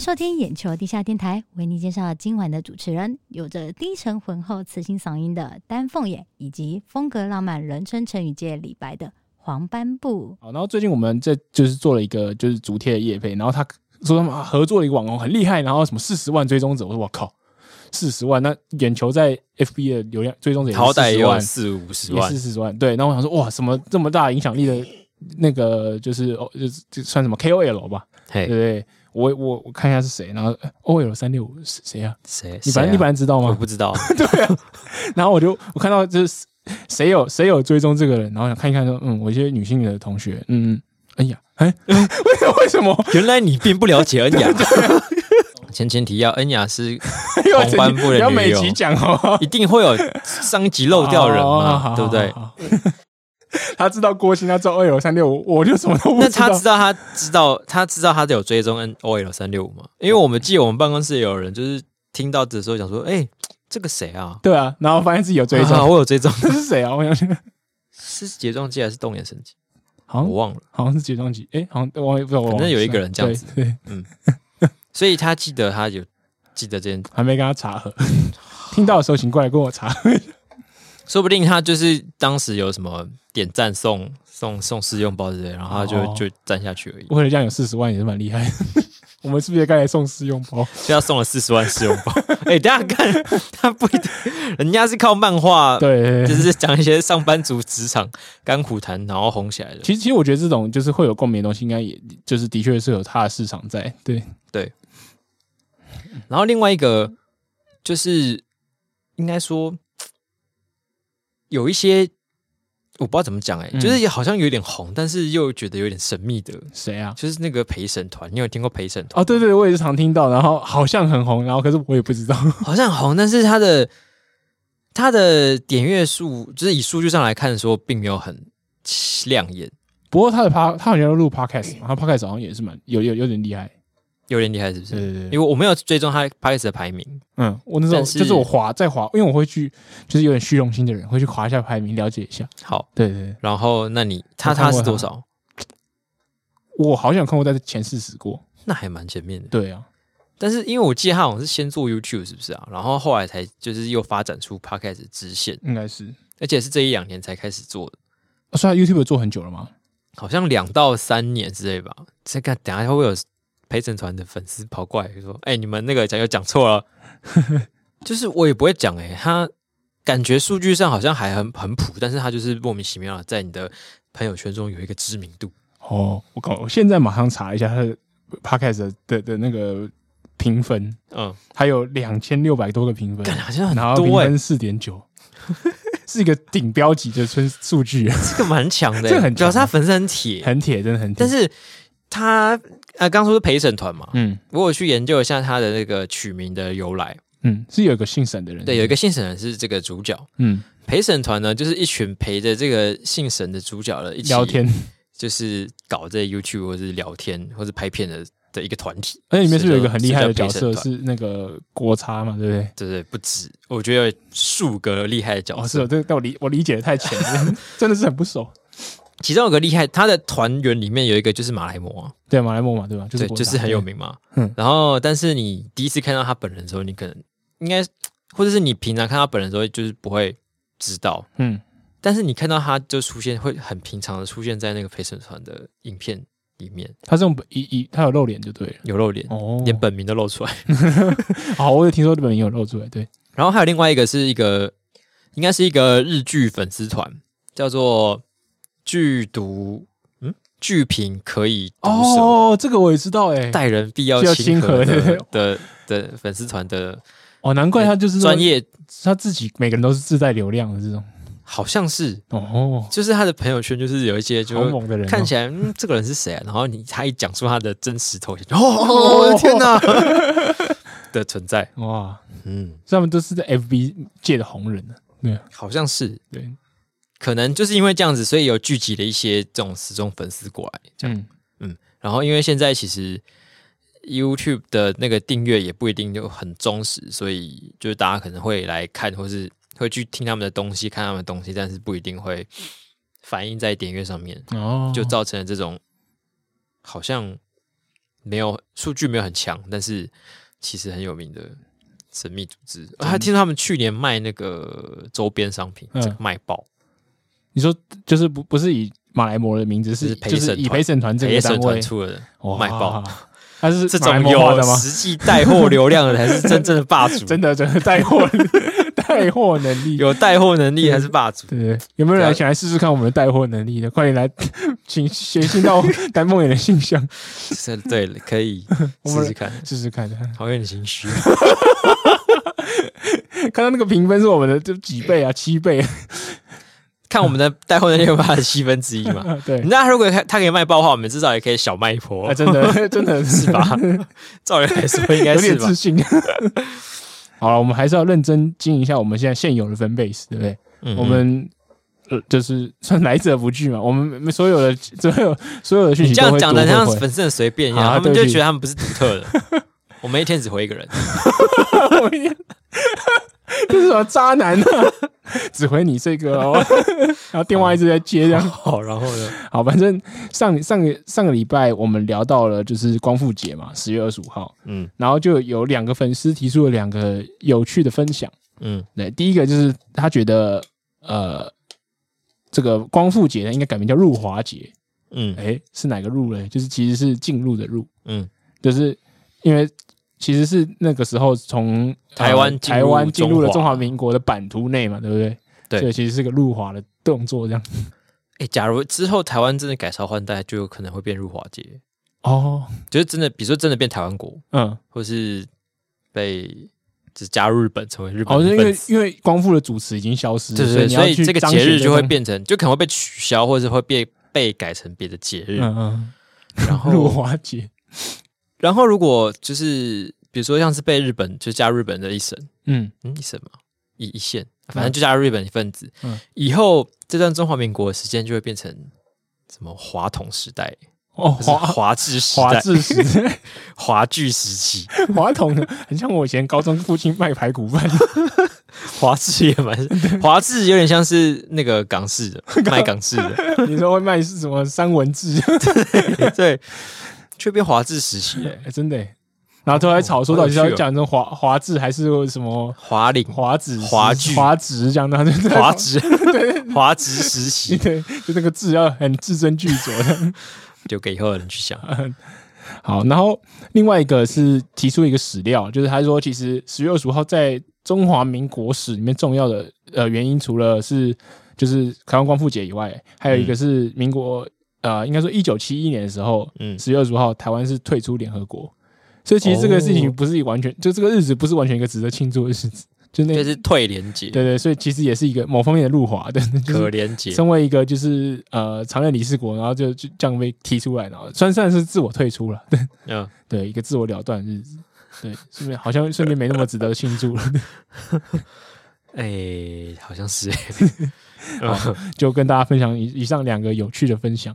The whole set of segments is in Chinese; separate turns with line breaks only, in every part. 收听眼球地下电台，为您介绍今晚的主持人，有着低沉浑厚、磁性嗓音的丹凤眼，以及风格浪漫、人称成语界李白的黄斑部。
好，然后最近我们这就是做了一个就是足贴的业配，然后他说他们啊合作了一个网红很厉害，然后什么四十万追踪者，我说我靠，四十万，那眼球在 FB 的流量追踪者也
好歹也
有
有四五十
也
万
是，四十万，对，然后我想说哇，什么这么大影响力的那个就是哦，就是就算什么 KOL 吧，对不
嘿，
对？我我我看一下是谁，然后 OL 三六五是谁啊？
谁？
你
谁
反
啊
正你反正知道
我
吗？
不知道，
然后我就我看到就是谁有谁有追踪这个人，然后想看一看说，嗯，我一些女性的同学，嗯，哎呀，哎， 为什么为什么？
原来你并不了解恩雅。 前前提要，恩雅是同班部
不要
的女
每
友
集，讲哦好不好？
一定会有上级 漏掉人
哦
嘛，对 不对？
对？他知道郭鑫，他知道二有三六五，我就什么都不
那
知道
他。知道他知道他知道他有追踪 N O L 三六五吗？因为我们记得我们办公室有人就是听到的时候想说，哎，这个谁啊？
对啊，然后发现自己有追
啊
踪，
我有追踪，
这是谁啊？我想想，
是睫状肌还是动眼神经？
好
我
像
忘了。
好像是睫状肌，哎，好像我也不知道，我忘了
反正有一个人这样子，
对，对
所以他记得他有记得这件，
还没跟他查核。听到的时候，请过来跟我查 核。
说不定他就是当时有什么点赞送送送试用包之类的，然后他就、
哦
就赞下去而已。
为了这样有四十万也是蛮厉害的。 我们是不是也该来送试用包？
所以他送了四十万试用 包。哎、大家看，他不一定，人家是靠漫画，
对对，
就
对
是讲一些上班族职场甘苦谈，然后红起来的。
其实其实我觉得这种就是会有共鸣的东西，应该也就是的确是有它的市场在。对，
然后另外一个就是应该说有一些我不知道怎么讲、哎、
嗯
就是也好像有点红，但是又觉得有点神秘的，
谁啊？
就是那个陪审团，你有听过陪审团？
哦，对对，我也是常听到，然后好像很红，然后可是我也不知道。
好像红，但是它的它的点阅数，就是以数据上来看说，并没有很亮眼，
不过他的 p 他好像有录 podcast，嘛他 podcast 好像也是蛮有有有点厉害。
有点厉害，是不是？
对对
因为
对，
我没有追踪它 p a c k e 的排名，
嗯，我那时候
但是
就是我滑在滑，因为我会去就是有点虚荣心的人会去滑一下排名了解一下。
好，
对对对，
然后那你它
我看
它
过
是
它
多少？
我好像有看过在前四十过。
那还蛮前面的。
对啊，
但是因为我记得它好像是先做 YouTube 是不是啊？然后后来才就是又发展出 Podcast 的支线，
应该是。
而且是这一两年才开始做的，
哦所以他 YouTube 有做很久了吗？
好像两到三年之类吧。这个等一下会不会有陪审团的粉丝跑过来说：“哎、你们那个讲又讲 错了。”就是我也不会讲哎、他感觉数据上好像还很很普，但是他就是莫名其妙的在你的朋友圈中有一个知名度。
哦，我搞，我现在马上查一下他的 podcast 的的的那个评分，
嗯，
还有两千六百多个评分，
感觉好像
然
很
后评
多哎、
分四点 九，是一个顶标级的数数 据，
这个蛮 强的、欸，
这很强
表示他粉丝很铁。
很铁，真的很铁。
但是他呃，刚说是陪审团嘛，
嗯
我有去研究一下他的那个取名的由来。
嗯，是有一个姓沈的人，
对，有一个姓沈人是这个主角，
嗯
陪审团呢就是一群陪着这个姓沈的主角了一起
聊，天，
就是搞这 YouTube 或是聊天或是拍片的的一个团体。
而且里面是不是有一个很厉害的
是叫
角
陪审
色，
团
是那个国差嘛，对不对？
对对，不止，我觉得有数个厉害的角
哦，是
色，
哦，这个但我理我理解的太浅 了，真的是很不熟。
其中有个厉害，他的团员里面有一个就是马来貘啊，
对，马来貘嘛，对吧？就是
对，
国
就
差
是很有。名嘛。
嗯
然后，但是你第一次看到他本人的时候，你可能应该，或者是你平常看他本人的时候，就是不会知道。
对嗯，
但是你看到他就出现，会很平常的出现在那个陪审团的影片里面，
他这种以以他有露脸就对了。
有露脸，
哦，
连本名都露出来。
好，我有听说日本也有露出来，对，
然后还有另外一个是一个，应该是一个日剧粉丝团，叫做剧毒，嗯，剧评可以毒舌，
哦，这个我也知道哎、
待人必要
需要
亲和
亲和对
的的的粉丝团的
哦，难怪他就是说
专，业，
他自己每个人都是自带流量的这种。
好像是
哦，
就是他的朋友圈就是有一些
好
就。
猛的人、哦，
看起来，嗯，这个人是谁啊？然后你他一讲出他的真实头像，哦，哦我的天哪 的存在，
哇，
嗯，
所以他们都是在 FB 界的红人呢。啊
好像是，
对，
可能就是因为这样子，所以有聚集了一些这种死忠粉丝过来。
嗯，
然后因为现在其实 YouTube 的那个订阅也不一定就很忠实，所以就是大家可能会来看，或是会去听他们的东西，看他们的东西，但是不一定会反映在点阅上面，
哦，
就造成了这种好像没有数据没有很强，但是其实很有名的神秘组织。啊还听说他们去年卖那个周边商品，
嗯
这个卖爆，
你说就是不不是以马来摩的名字，
是
是
陪
就是
审
以
团
陪审团这
黑
个
社
单
团
位
出了的
哇
卖爆。，
他是
这
马来
种
摩化
有
的吗？
实际带货流量的才是真正的霸主，
真的真的带货 带货能力。
有啊带货能力才是 霸主。
对对，有没有人来想来试试看我们的带货能力的？快点来，请写信到 丹梦眼的信箱
是，对，可以
我们
试试看。
试试看。看
好有点心虚，
到那个评分是我们的就几倍 啊，七倍。
看我们的带货能力有没有它的七分之一 嘛？
啊对，
那如果他他可以卖爆的话，我们至少也可以小卖一波
啊，，真的 真的
哦 是吧？照理来说应该
有
是
点
吧
自？信。 好了，我们还是要认真经营一下我们现在现有的分贝对不对？
嗯
我们呃，就是算来者不拒嘛，我们所有的所有所有的讯
你
息
这
都
样
会
讲
都
的
会
像
回
粉丝很随便一样，
啊
他们
对
就
不起
觉得他们不是独特的。 我们一天只回一个人，
这是什么渣男呢、 只回你这个 哦，然后电话一直在接这样。
好，然后呢？
好，反正上上个上个礼拜我们聊到了就是光复节嘛，十月二十五号，
嗯
然后就有两个粉丝提出了两个有趣的分享。
嗯
对，第一个就是他觉得呃，这个光复节呢应该改名叫入华节，
嗯
诶，是哪个入嘞？就是其实是进入的入，
嗯，
就是因为其实是那个时候从呃
台湾进入
台湾进入了
中华
中华民国的版图内嘛，对不对？
对
所以其实是个入华的动作这样。
哎，假如之后台湾真的改朝换代，就有可能会变入华街，
哦，
就是真的，比如说真的变台湾国，
嗯，
或是被只加入日本成为日本
哦，
的
是因为
分子
因为光复的主持已经消失了，
对对对，
你
所
要
以
去
这个
彰
节
显
日就会
东，
变成，就可能会被取消，或者会被被改成别的节日。
嗯嗯，
然
入
后，
华节，
然后如果就是比如说像是被日本就加入日本的一省，
嗯，
嗯，一省嘛，一一线，反正就加入日本一份子。
嗯
以后这段中华民国的时间就会变成什么华统时代，
哦，
或是
华
华治时
华
代、
智时
华剧时期，
华统很像我以前高中附近卖排骨饭，
华治也蛮，华治有点像是那个港 式的卖港式的，
你说会卖是什么三文治，
对，却变华治时期了，
欸 真的欸。然后都在吵说到底是
好
要
有趣哦
讲成华华智还是什么
华领、
华子
华剧
华子这样的，然后就在
华职、华职时期，
对，就那个字要很字斟句酌的。
留给以后的人去想。
好，然后另外一个是提出一个史料，就是他说，其实十月二十五号在中华民国史里面重要的呃原因，除了是就是台湾光复节以外，还有一个是民国、呃，应该说一九七一年的时候，
嗯，
十月二十五号台湾是退出联合国，所以其实这个事情
哦
不是完全，就这个日子不是完全一个值得庆祝的日子，就那
这是退联节、
对对，所以其实也是一个某方面的入华，对，就是
可联节，
身为一个就是呃常任理事国，然后就就这样被踢出来，然后算算是自我退出了，对
嗯，
对，一个自我了断的日子，对，顺便好像瞬间没那么值得庆祝了，
哎、好像是、
好就跟大家分享以以上两个有趣的分享，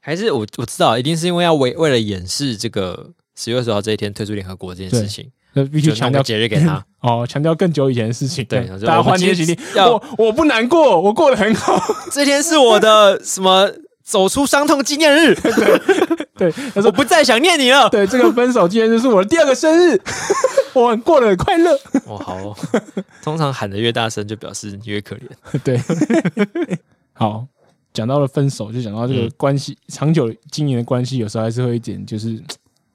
还是我我知道，一定是因为要为为了掩饰这个十月二十号这一天退出联合国这件事情，
那必须
就
强
强
调
调节日给 他。
哦，强调更久以前的事情，啊
对
大
我
家
们
欢
今
天
天
喜地，
要
我我不难过，我过得很好，
这天是我的什么走出伤痛纪念日，
对，他
我
说
不再想念你了。
对，这个分手纪念日是我的第二个生日， 我过得很快 乐，
哦，好哦通常喊的越大声，就表示你越可怜。
对，好，讲到了分手，就讲到这个
嗯
关系、长久经营的关系，有时候还是会有一点，就是不知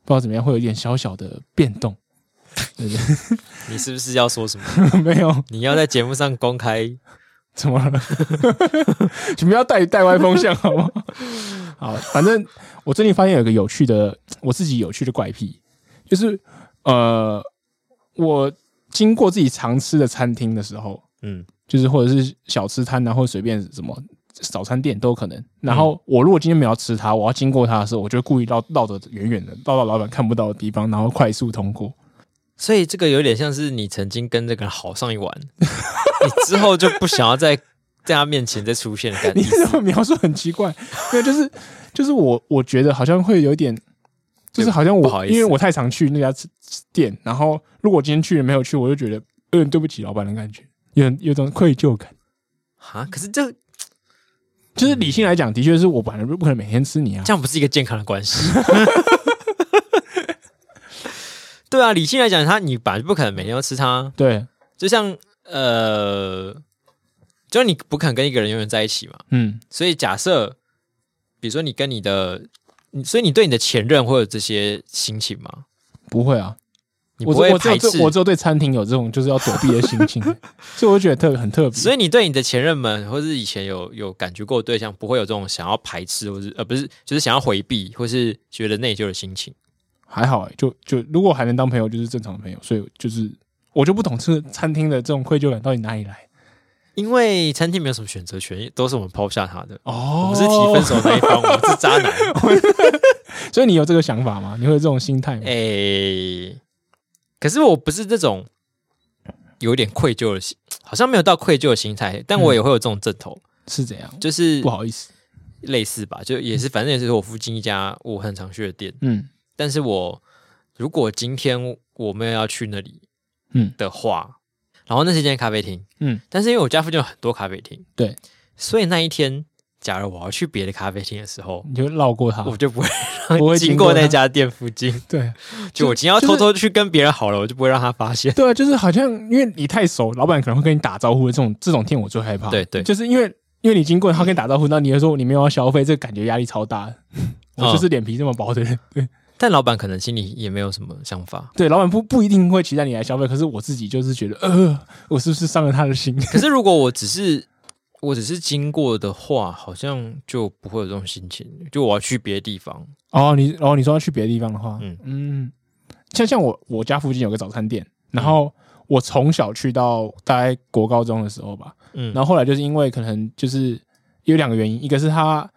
道怎么样，会有一点小小的变动。对对
你是不是要说什么？
没有，
你要在节目上公开？
怎么了？ 你们要带带歪风向好吗？ 好，反正我最近发现有一个有趣的，我自己有趣的怪癖，就是呃，我经过自己常吃的餐厅的时候，
嗯
就是或者是小吃摊啊，然后随便什么早餐店都有可能。然后我如果今天没有要吃它，我要经过它的时候，我就会故意绕绕着远远的，绕到老板看不到的地方，然后快速通过。
所以这个有点像是你曾经跟这个人好上一晚，你之后就不想要再在他面前再出现的感
你
觉。
这么描述很奇怪， 没有，就是就是我我觉得好像会有一点，就是好像
不
我
好意
因
思
为我太常去那家吃吃店，然后如果今天去了没有去，我就觉得有点对不起老板的感觉，有有种愧疚感。
啊，可是这
就是理性来讲，的确是我本来不可能每天吃你啊，
这样不是一个健康的关系。 对啊，理性来讲，它你本来就不可能每天都吃它，
对，
就像呃，就像你不可能跟一个人永远在一起嘛。
嗯
所以假设，比如说你跟你的，你所以你对你的前任会有这些心情吗？
不会啊，
你不
我只
会
我只有
排斥
对，我只有对餐厅有这种就是要躲避的心 情，所以我就觉得特很特别。
所以你对你的前任们，或是以前有有感觉过的对象，不会有这种想要排斥，或是呃不是，就是想要回避，或是觉得内疚的心情。
还好、欸，就就如果还能当朋友，就是正常的朋友。所以就是我就不懂这餐厅的这种愧疚感到底哪里来
因为餐厅没有什么选择权，都是我们抛下他的。
哦
哦我们是提分手那一方，我们是渣男。
手， 所以你有这个想法吗？你会有这种心态吗？
诶、可是我不是这种有点愧疚的心，好像没有到愧疚的心态，但我也会有这种阵头，
是怎样？
就是
不好意思，
类似吧，就也是反正也是我附近一家我很常去的店，
嗯
但是我如果今天我没有要去那里，
嗯
的话，然后那是一间咖啡厅，
嗯，
但是因为我家附近有很多咖啡厅，
对，
所以那一天假如我要去别的咖啡厅的时候。
你就绕过他，
我就不会
啊不会
让经
经过
过那
它
家店附近，
对
就我今天要
就是
偷偷去跟别人好了，我就不会让他发现。
对啊，就是好像因为你太熟，老板可能会跟你打招呼的这种这种店，我最害怕。
对对
就是因为因为你经过他跟你打招呼，那你又说你没有要消费，这个感觉压力超大的。
嗯
我就是脸皮这么薄的人，对
但老板可能心里也没有什么想法。
对，老板不不一定会期待你来消费，可是我自己就是觉得，呃，我是不是伤了他的心？
可是如果我只是我只是经过的话，好像就不会有这种心情。就我要去别的地方，
哦，你哦，你说要去别的地方的话，
嗯
嗯像像我我家附近有个早餐店，然
嗯
后我从小去到大概国高中的时候吧，
嗯，
然后后来就是因为可能就是有两个原因，一个是它，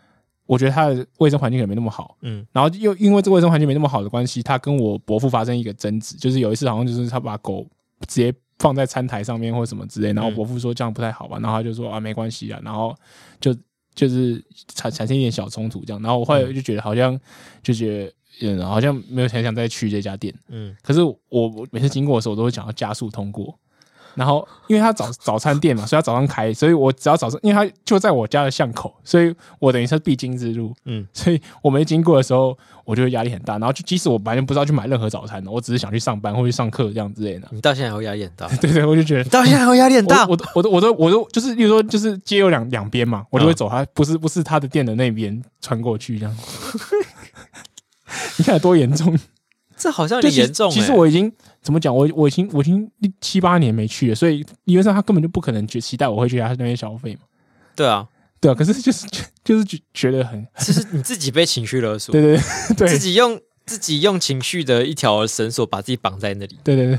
我觉得它的卫生环境可能没那么好，
嗯
然后又因为这卫生环境没那么好的关系，他跟我伯父发生一个争执，就是有一次好像就是他把狗直接放在餐台上面或什么之类，然后
嗯
我伯父说这样不太好吧，然后他就说啊没关系啊，然后就就是产产生一点小冲突这样，然后我后来就觉得好像就觉得嗯好像没有很想再去这家店，
嗯，
可是我我每次经过的时候，我都会想要加速通过。然后，因为他早早餐店嘛，所以他早上开，所以我只要早上，因为他就在我家的巷口，所以我等于是必经之路。
嗯，
所以我没经过的时候，我就会压力很大。然后就，即使我完全不知道去买任何早餐的，我只是想去上班或去上课这样之类的。
你到现在还会压力很大，
对对，我就觉得
你到现在还会压力很大
我。我我都我都我都就是，例如说就是街有两两边嘛，我就会
嗯
走他不是不是他的店的那边穿过去这样。 你看有多严重？
这好像
对，
很严重、欸
其实其实我已经怎么讲，我我已经我已经七八年没去了，所以理论上他根本就不可能觉期待我会去他那边消费嘛。
对啊，
对啊，可是就是就是觉觉得很
就是你自己被情绪勒索，
对对对对
自己用自己用情绪的一条绳索把自己绑在那里。
对对对，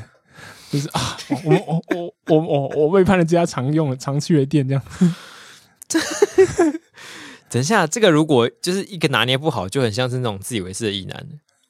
就是啊，我我我我我我我背叛了这家常用的常去的店，这样
等一下，这个如果就是一个拿捏不好，就很像是那种自以为是的意男。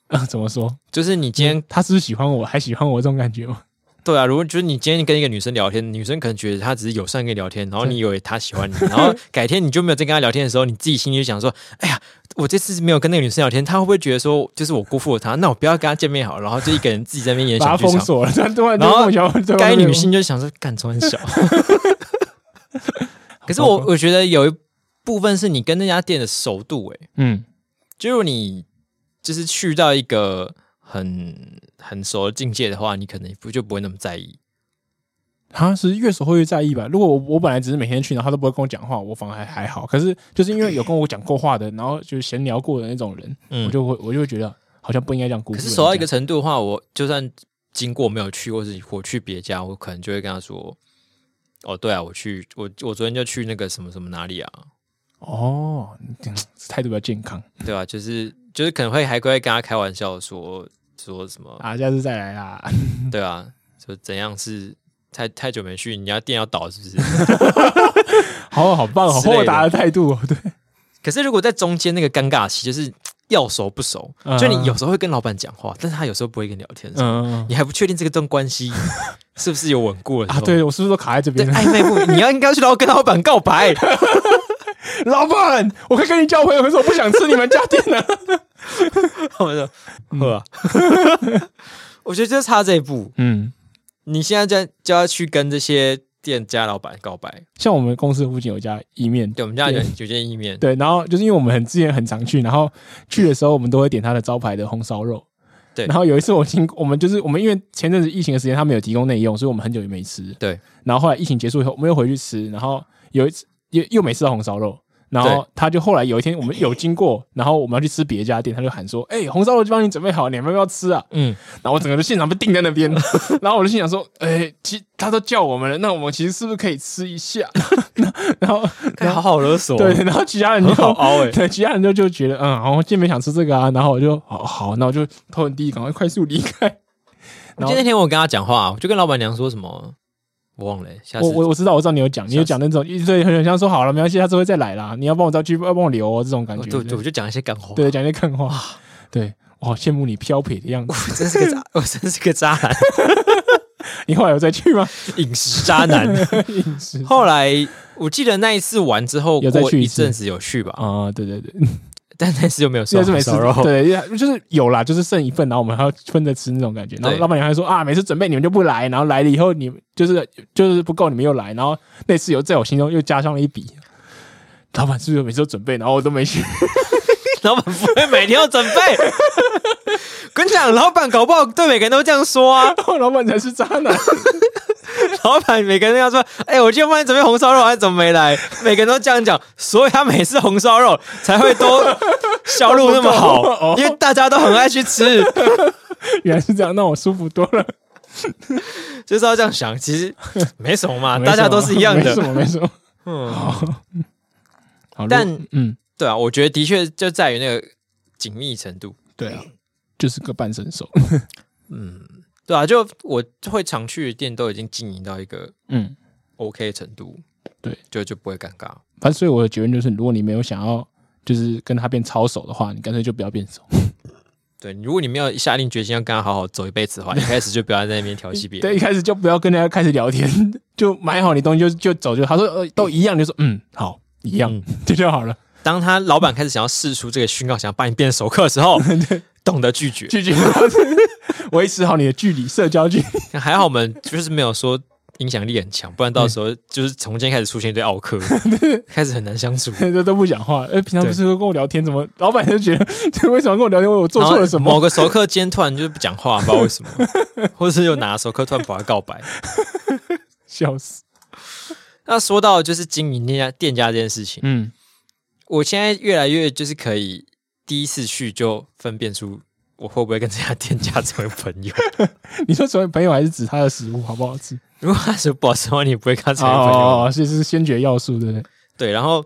啊怎么说？
就是你今天
他是不是喜欢我，还喜欢我这种感觉吗？
对啊，如果就是你今天跟一个女生聊天，女生可能觉得她只是友善跟你聊天，然后你以为她喜欢你，然 后改天你就没有再跟她聊天的时候，你自己心里就想说，哎呀，我这次没有跟那个女生聊天，她会不会觉得说就是我辜负了她？那我不要跟她见面好了，然后就一个人自己在那边演
把
小
他
剧
封
场。
锁了，突然突然就
然后
莫名其妙对方
该
就
女性就想说干穿 小，可是
好
我
吧
我觉得有一部分是你跟那家店的熟度、欸，
嗯
就是你就是去到一个很很熟的境界的话，你可能不就不会那么在意。
他是越熟会越在意吧？如果我我本来只是每天去，然后他都不会跟我讲话，我反而还还好。可是就是因为有跟我讲过话的，然后就是闲聊过的那种人，
嗯
我就会我就会觉得好像不应该这样辜负
可
人家。
是熟到一个程度的话，我就算经过没有去，或是我去别家，我可能就会跟他说：“哦，对啊，我去，我我昨天就去那个什么什么哪里啊，
哦，你这样这态度比较健康
对啊，就是就是可能会还会跟他开玩笑说说什么，
啊， 下次再来啦。
对啊，说怎样是太太久没去，你家店要倒是不是？
好好棒，哦好
之类的
豁达的态度哦。对，
可是如果在中间那个尴尬期，就是要熟不熟，
嗯
就你有时候会跟老板讲话，但是他有时候不会跟你聊天，
嗯
你还不确定这个段关 系是不是有稳固了
啊，对我是不是都卡在这
对哎
边？
暧昧不，你要应该去老跟老板告白。
老板，我可以跟你交朋友，可是我不想吃你们家店嗯的。
我说喝啊，我觉得就差这一步。
嗯，
你现在就要就要去跟这些店家老板告白。
像我们公司附近有一家意面，
对，我们家有
对
有间意面，
对，然后就是因为我们很之前很常去，然后去的时候我们都会点他的招牌的红烧肉，
对
然后有一次我经，我们就是我们因为前阵子疫情的时间，他们有提供内用，所以我们很久也没吃。
对。
然后后来疫情结束以后，我们又回去吃，然后有一次又又没吃到红烧肉。然后
对
他就后来有一天我们有经过，然后我们要去吃别家店，他就喊说：“哎、红烧肉就帮你准备好，你们要不要吃啊？”
嗯，
然后我整个就现场被定在那边， 然后我就心想说：“哎、其他都叫我们了，那我们其实是不是可以吃一下？”然后
看好好勒索，
对，，然后其他人就
哦很好凹哎，
对，其他人就就觉得，嗯，好，我今天没想吃这个啊，然后我就，好好，那我就偷很低，赶快快速离开。
我记得那天我跟他讲话，啊我就跟老板娘说什么，我忘了、欸，下次
我我我知道，我知道你有讲，你有
下次
讲那种，对，很像说好了，没关系，下次会再来啦。你要帮我再去，要帮我留哦，这种感
我
觉，
就就我啊就讲一些干话，
对，，讲一些看话，对，我好羡慕你飘撇的样子。
真是个渣，我真是个渣男，
你后来有再去吗？
饮食渣男。
饮食
后来我记得那一次玩之后，
有再
过
去一
一
次
阵子有去吧，
啊，对对对，
但那次就没有吃
这
到
是没
红
吃
烧肉，，
对，因为就是有啦，就是剩一份，然后我们还要分着吃那种感觉。然后
对
老板娘还说啊，每次准备你们就不来，然后来了以后你就是就是不够，你们又来，然后那次又在我心中又加上了一笔。老板是不是每次都准备，然后我都没去？
老板不会每天要准备。 跟你讲，老板搞不好对每个人都这样说啊。
老板才是渣男，
老板每个人都要说：“哎、我今天帮你准备红烧肉，还哎怎么没来？”每个人都这样讲，所以他每次红烧肉才会 都销路那么
哦
好，因为大家都很爱去吃，
原来是这样，那我舒服多了。
就是要这样想。其实没什么嘛，
没什么
啊大家都是一样
没什
的。
么没什么。
嗯，
好，
但
如果嗯，
对啊，我觉得的确就在于那个紧密程度。
对啊，就是个半身手。
嗯，对啊，就我会常去的店都已经经营到一个
嗯，
OK 的程度，
对，
就就不会尴尬。
反正所以我的结论就是，如果你没有想要就是跟他变操手的话，你干脆就不要变手。
对，如果你没有下定决心要跟他好好走一辈子的话，一开始就不要在那边调戏别人。
对，一开始就不要跟人家开始聊天，就买好你东西就就走就。他说呃都一样，就说嗯好一样、
嗯
这 就好了，
当他老板开始想要试出这个讯号，想要把你变熟客的 时候，懂得拒绝。
拒绝 维持好你的距离，社交距离。
还好我们 就是没有说影响力很强，不然到时候就是从今天开始出现一堆 奥客，开始很难相处。
都都不讲话。哎、平常
对
不是会跟我聊天，怎么老板就觉得 这为什么跟我聊天？我做错了什
然后某
么？
个熟客今天突然就是不讲话，不知道为什么， 或是又拿熟客突然跑来告白。
笑死。
那说到就是经营店家店家这件事情，
嗯，
我现在越来越就是可以第一次去就分辨出我会不会跟这家店家成为朋 友。
你说成为朋友还是指他的食物好不好吃？
如果他是保持话，你不会跟他成为朋友吗。
哦，这是先决要素，对不对？
对，然后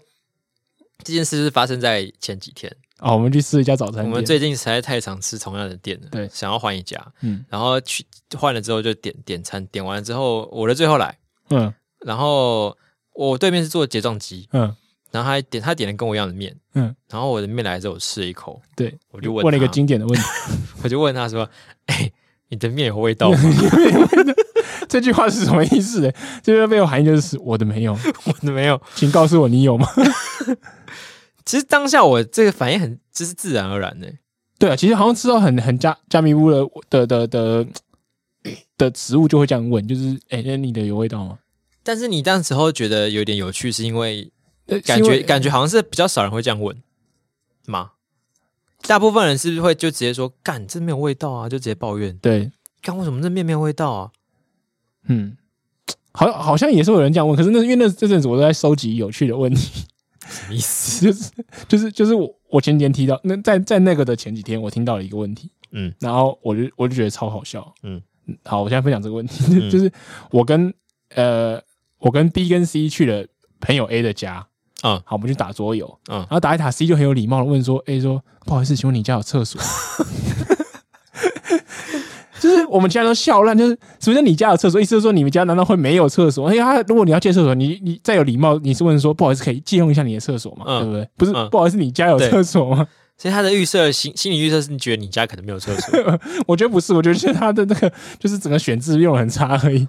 这件事是发生在前几天，
哦，我们去吃一家早餐
我
店。
们最近实在太常吃同样的店了，
对
想要换一家，
嗯
然后去换了之后就点点餐，点完了之后我的最后来，
嗯
然后我对面是做睫状肌，
嗯
然后他点他点了跟我一样的面，
嗯，
然后我的面来之后我吃了一口，
对，
我就问
问了一个
他
经典的问题，
我就问他说：“哎、你的面有味道吗？
这句话是什么意思？ 哎，这句话背后含义就是我的没有，
我的没有。”
请告诉我你有吗？
其实当下我这个反应很就是自然而然的、欸
对啊，其实好像吃到很很加加密屋的的的的的食物就会这样问，就是哎、那你的有味道吗？
但是你当时候觉得有点有趣，是因为
呃
感
是因
觉
为
感觉好像是比较少人会这样问嘛。大部分人是不是会就直接说“干，这没有味道啊”，就直接抱怨
对，
“干，为什么这面没有味道啊
嗯，好像好像也是有人这样问，可是那因为那这阵子我都在收集有趣的问题，”？
什么意思？
就是就是就是我我前几天提到那在在那个的前几天我听到了一个问题，
嗯
然后我就我就觉得超好笑。
嗯，
好，我现在分享这个问题，
嗯
就是我跟呃，我跟 B 跟 C 去了朋友 A 的家，
嗯
好，我们去打桌游，
嗯
然后打一打 C 就很有礼貌的问说，A 说不好意思，请问你家有厕所吗？ 就是我们家都笑烂，就是什么叫你家有厕所？意思就是说你们家难道会没有厕所？因为他如果你要借厕所，你你再有礼貌，你是问说不好意思，可以借用一下你的厕所嘛？
嗯
对不对？不是、
嗯
不好意思，你家有
对
厕所吗？
所以他的预设心心理预设是你觉得你家可能没有厕 所
我觉得不是，我觉得是他的那个就是整个选字用的很差而已，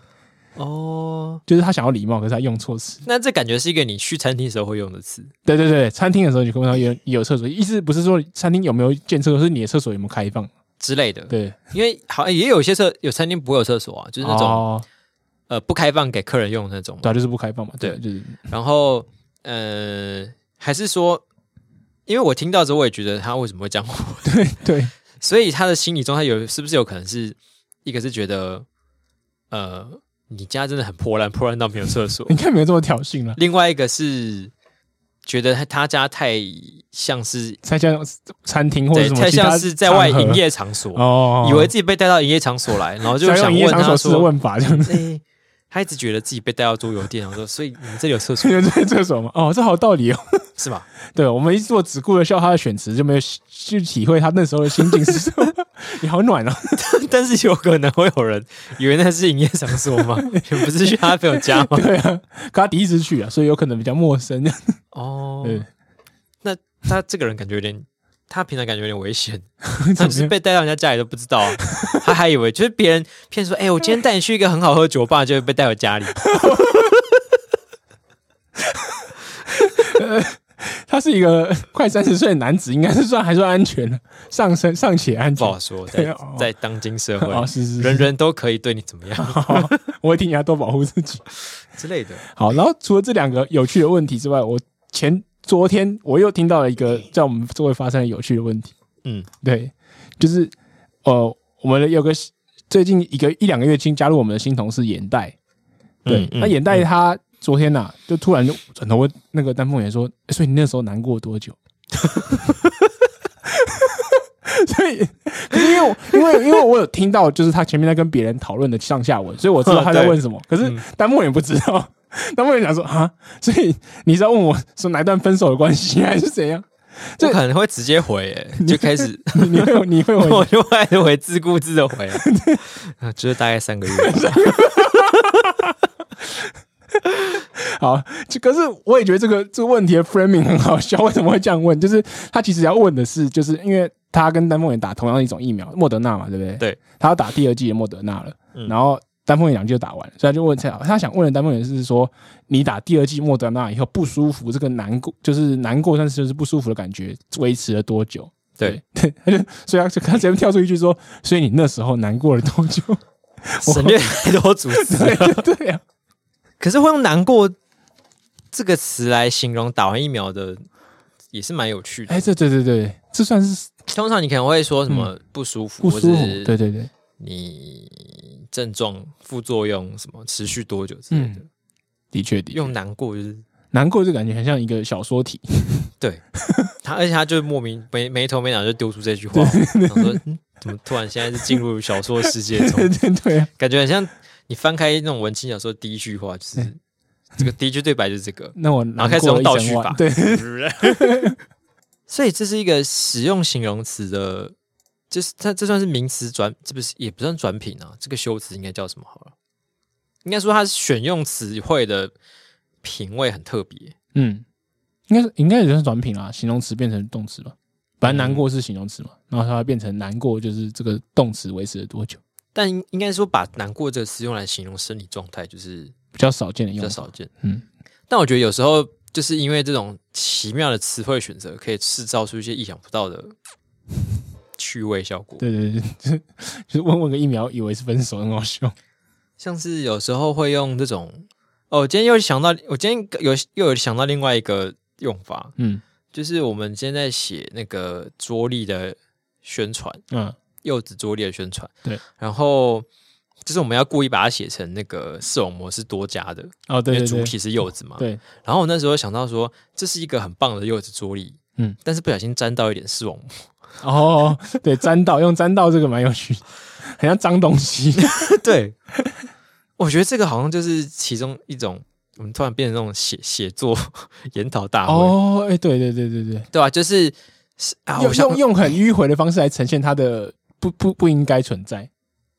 哦。
就是他想要礼貌，可是他用错词。
那这感觉是一个你去餐厅时候会用的词
对对对，餐厅的时候你可以问到有有厕所，意思不是说餐厅有没有建厕所，是你的厕所有没有开放。
之类的。
对，
因为好也有一些厕有餐厅不会有厕所啊，就是那种、
哦、
呃不开放给客人用的那种嘛。
对啊、就是不开放嘛。对，
对
就是
然后呃，还是说，因为我听到之后，我也觉得他为什么会这样问，
对对，，
所以他的心理状态有是不是有可能是一个是觉得，呃，你家真的很破烂，破烂到没有厕所
应该没有这么挑衅了。
另外一个是觉得他他家太像是
才像餐厅或者
对，
什么
太
其他
像是在外
场合
营业场所，
哦，
以为自己被带到营业场所来，然后就
想
想
用营业
问
场
他
所式的
说，
问法这 样子。
哎、他一直觉得自己被带到桌游店，我说，所以你们这里有厕 所
这个厕所吗？哦，这好道理哦。
是吧？
对我们一直做只顾着笑他的选词，就没有去体会他那时候的心境是什么。你好暖 哦，
但是有可能会有人以为那是营业场所吗？ 你们不是去他朋友家吗？
对啊，可他第一次去啊，所以有可能比较陌生。
哦，
对，
那他这个人感觉有点，他平常感觉有点 危险，
怎
他
么
就是
样
被带到人家家里都不知道，啊 他还以为就是别人骗说，哎、我今天带你去一个很好喝的酒吧，就会被带回家里。
他是一个快三十岁的男子，应该是算还算安全的，上身尚且安
不
全
好。说，在
哦
在当今社会，
哦，是是哦
人
是，
人都可以对你怎么样
好我会替你要多保护自己。
之类的。
好，然后除了这两个有趣的问题之外，我前昨天我又听到了一个在我们周围发生的有趣的问题。
嗯，
对，就是呃，我们有个最近一个一两个月新加入我们的新同事眼袋， 对
嗯，嗯
那眼袋他昨天呐、啊就突然就转头问那个丹凤眼说、欸所以你那时候难过多久？” 所以，可是因为我因为因为我有听到，就是他前面在跟别人讨论的上下文，所以我知道他在问什 么。可是
嗯
丹凤眼不知道， 丹凤眼想说啊，所以你是要问我说哪一段分手的关系还是怎样？ 这
我可能会直接回、哎，就 开始，
你你会你会回
我就开始回自顾自的回， 啊，就是大概三个月。
好，就可是我也觉得这个这个问题的 framing 很好笑， 为什么会这样问？就是他其实要问的是，就是因为他跟丹凤眼打同样一种疫苗，莫德纳嘛，对不对？
对，
他要打第二剂的莫德纳了，
嗯
然后丹凤眼两剂就打完了，所以他就问蔡老，他想问的丹凤眼是说，你打第二剂莫德纳以后不舒服，这个难过就是难过，但是就是不舒服的感觉维持了多久？
对，
对，他就所以他就他直接跳出一句说，所以你那时候难过了多 久？
省略太多组词了
对对对啊，
可是会用“难过”这个词来形容打完疫苗的，也是蛮有趣的。
哎，对对对对，这算是
通常你可能会说什么不舒服，
嗯不舒服
或者，
对对对。
你症状、副作用什么持续多久之类
嗯
的。
的确，的确，
用难过就是
难过就感觉很像一个小说体，
对他，而且他就莫名没没头没脑就丢出这句话，想说、嗯、怎么突然现在是进入小说世界 中
对，对对啊，
感觉很像你翻开那种文青小说，第一句话就是这个第一句对白就是这个，
那我
然
难
后开始
过了
用
一
倒
整
叙
晚
法，
对，
所以这是一个使用形容词的，就是它这算是名词转，这不是也不算转品啊，这个修辞应该叫什么好了？应该说它选用词汇的品味很特别，
嗯，应该是应该也就是转品啦，形容词变成动词吧。本来难过是形容词嘛，
嗯
然后它变成难过，就是这个动词维持了多久，
但应应该说把难过这个词用来形容生理状态，就是
比较少见的
比
用
较
法。
少见。
嗯，
但我觉得有时候就是因为这种奇妙的词汇选择，可以制造出一些意想不到的趣味效果。
对对对， 就是就是问问个疫苗，以为是分手，很好笑。
像是有时候会用这种哦，我今天又想到，我今天有又有想到另外一个用法，
嗯
就是我们今天在写那个桌历的宣传，
嗯，
柚子桌历的宣传，
对，
然后就是我们要故意把它写成那个视网膜是多加的，
哦对对
因为
对
主，体是柚子嘛，
对，
然后我那时候想到说，这是一个很棒的柚子桌历，
嗯，
但是不小心沾到一点视 网膜，
哦对，沾到用沾到这个蛮有趣的，很像脏东西。
对，我觉得这个好像就是其中一种，我们突然变成那种写写作 研讨大会，
哦，哎，对对对对对，
对啊，就是是啊，我
用
想
用用很迂回的方式来呈现它的不不不应该存在。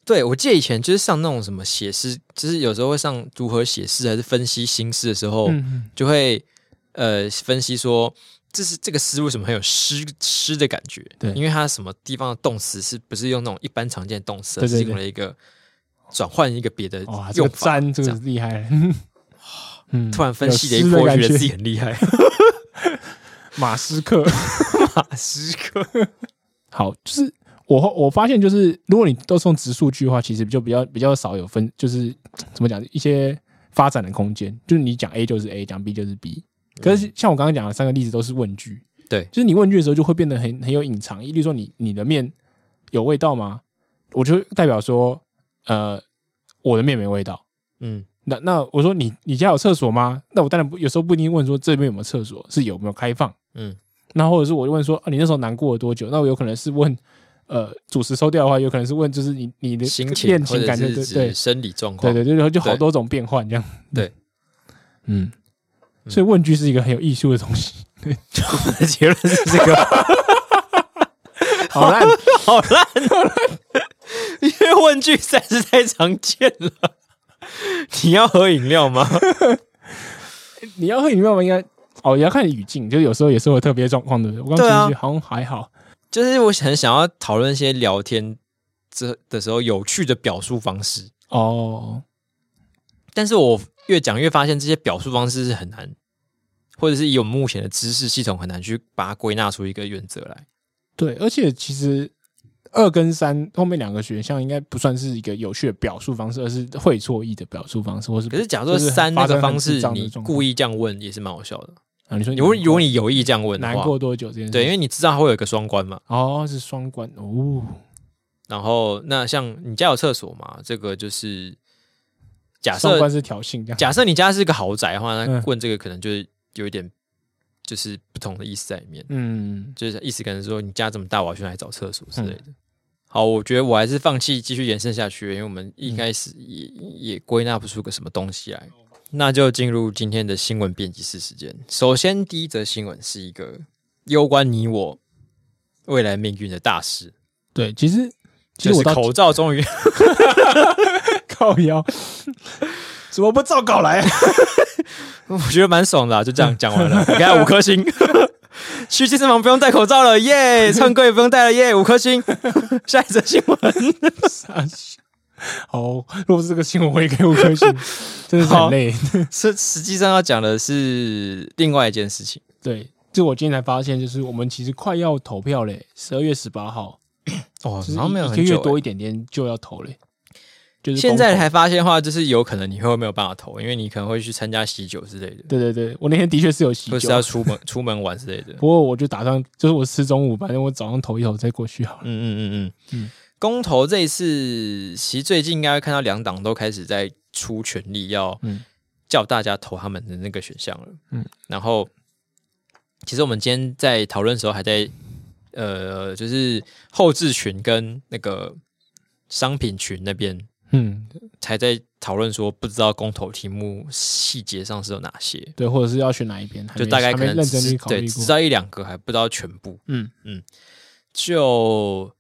对我记得以前就是上那种什么写诗，就是有时候会上如何写诗还是分析新诗的时候，
嗯，
就会呃分析说。这是这个诗为什么很有诗诗的感觉？
对
因为它什么地方的动词是不是用那种一般常见的动词，而
对对
是
对
用了一个转换一个别的
哇，这
嗯用
个
法？
粘这
这
个
样
厉害了。 嗯，
突然分析了一
有诗
波，
感
觉得
觉
自己很 厉害。
马斯克。
十个，
好，就是我后我发现，就是如果你都是用直数据的话，其实就比较比较少有分，就是怎么讲一些发展的空间。就是你讲 A 就是 A，讲 B 就是 B。可是像我刚刚讲的三个例子都是问句，
对
就是你问句的时候就会变得很很有隐藏意。例如说你你的面有味道吗？我就代表说，呃，我的面没味道。
嗯，
那那我说你你家有厕所吗？那我当然不有时候不一定问说这边有没有厕所，是有没有开放。
嗯，
那或者是我就问说啊，你那时候难过了多久？那我有可能是问呃主食收掉的话，有可能是问就是你你的
心情
恋
或
情
者
感觉对
是
对
指生理状况，
对对对，就就好
对
多种变换这样。
对，
嗯，所以问句是一个很有艺术的东西。
结论是这个，
好烂，
好烂好烂，因为问句实在是太常见了。你要喝饮料吗？
你要喝饮料吗？应该哦，也要看语境，就是有时候也是会有特别状况的。我刚
对啊
进去好像还好，
就是我很想要讨论一些聊天这的时候有趣的表述方式，
哦，
但是我越讲越发现这些表述方式是很难，或者是以我们目前的知识系统很难去把它归纳出一个原则来。
对，而且其实二跟三后面两个选项应该不算是一个有趣的表述方式，而是会错意的表述方式，或是
可是假如
就
说
是
三那
发生很
个方
智
式
障，的
你
状况
故意这样问也是蛮好笑的。
啊，你说你
如果如果
你
你有意这样问的
难
话，
过多久这件事，
对，因为你知道它会有一个双关嘛。
哦是双关哦，
然后那像你家有厕所嘛？这个就是假
双
设
关是挑衅这样，
假设你家是个豪宅的话，那
嗯
问这个可能就是有一点就是不同的意思在里面。
嗯，
就是意思可能是说你家这么大，我要去哪里找厕所之类的。好，我觉得我还是放弃继续延伸下去，因为我们一开始
嗯
也、也归纳不出个什么东西来。那就进入今天的新闻编辑室时间。首先，第一则新闻是一个攸关你我未来命运的大事，
对，其实其
就
实我
是
到
口罩终于
靠腰，怎么不照稿来啊？
我觉得蛮爽的、啊，就这样讲完了，给他五颗星。 去健身房不用戴口罩了，耶！唱歌也不用戴了，耶！五颗星。下一则新闻，
傻笑好，如果是这个新闻，我也给五颗星，真的是很
好
累。
实实际上要讲的是另外一件事情，
对，就我今天才发现，就是我们其实快要投票嘞，十二月十八号，
哦
就是一一个月多一点点就要投嘞。就是
现在才
还
发现的话，就是有可能你会没有办法投，因为你可能会去参加喜酒之类的，
对对对，我那天的确是有喜
或是
酒啊
要，出门出门玩之类的。
不过我就打算就是我吃中午，反正我早上投一投再过去好了。
嗯嗯嗯
嗯
嗯。公投这一次，其实最近应该会看到两党都开始在出全力要
嗯
叫大家投他们的那个选项了。
嗯
嗯，然后其实我们今天在讨论的时候，还在呃，就是后置群跟那个商品群那边
嗯，
才在讨论说，不知道公投题目细节上是有哪些，
对，或者是要选哪一边，还
就
没
大概
还
可
没
能
认
只
真
是
去考
对
虑
只
过
知。道一两个，还不知道全部。
嗯
就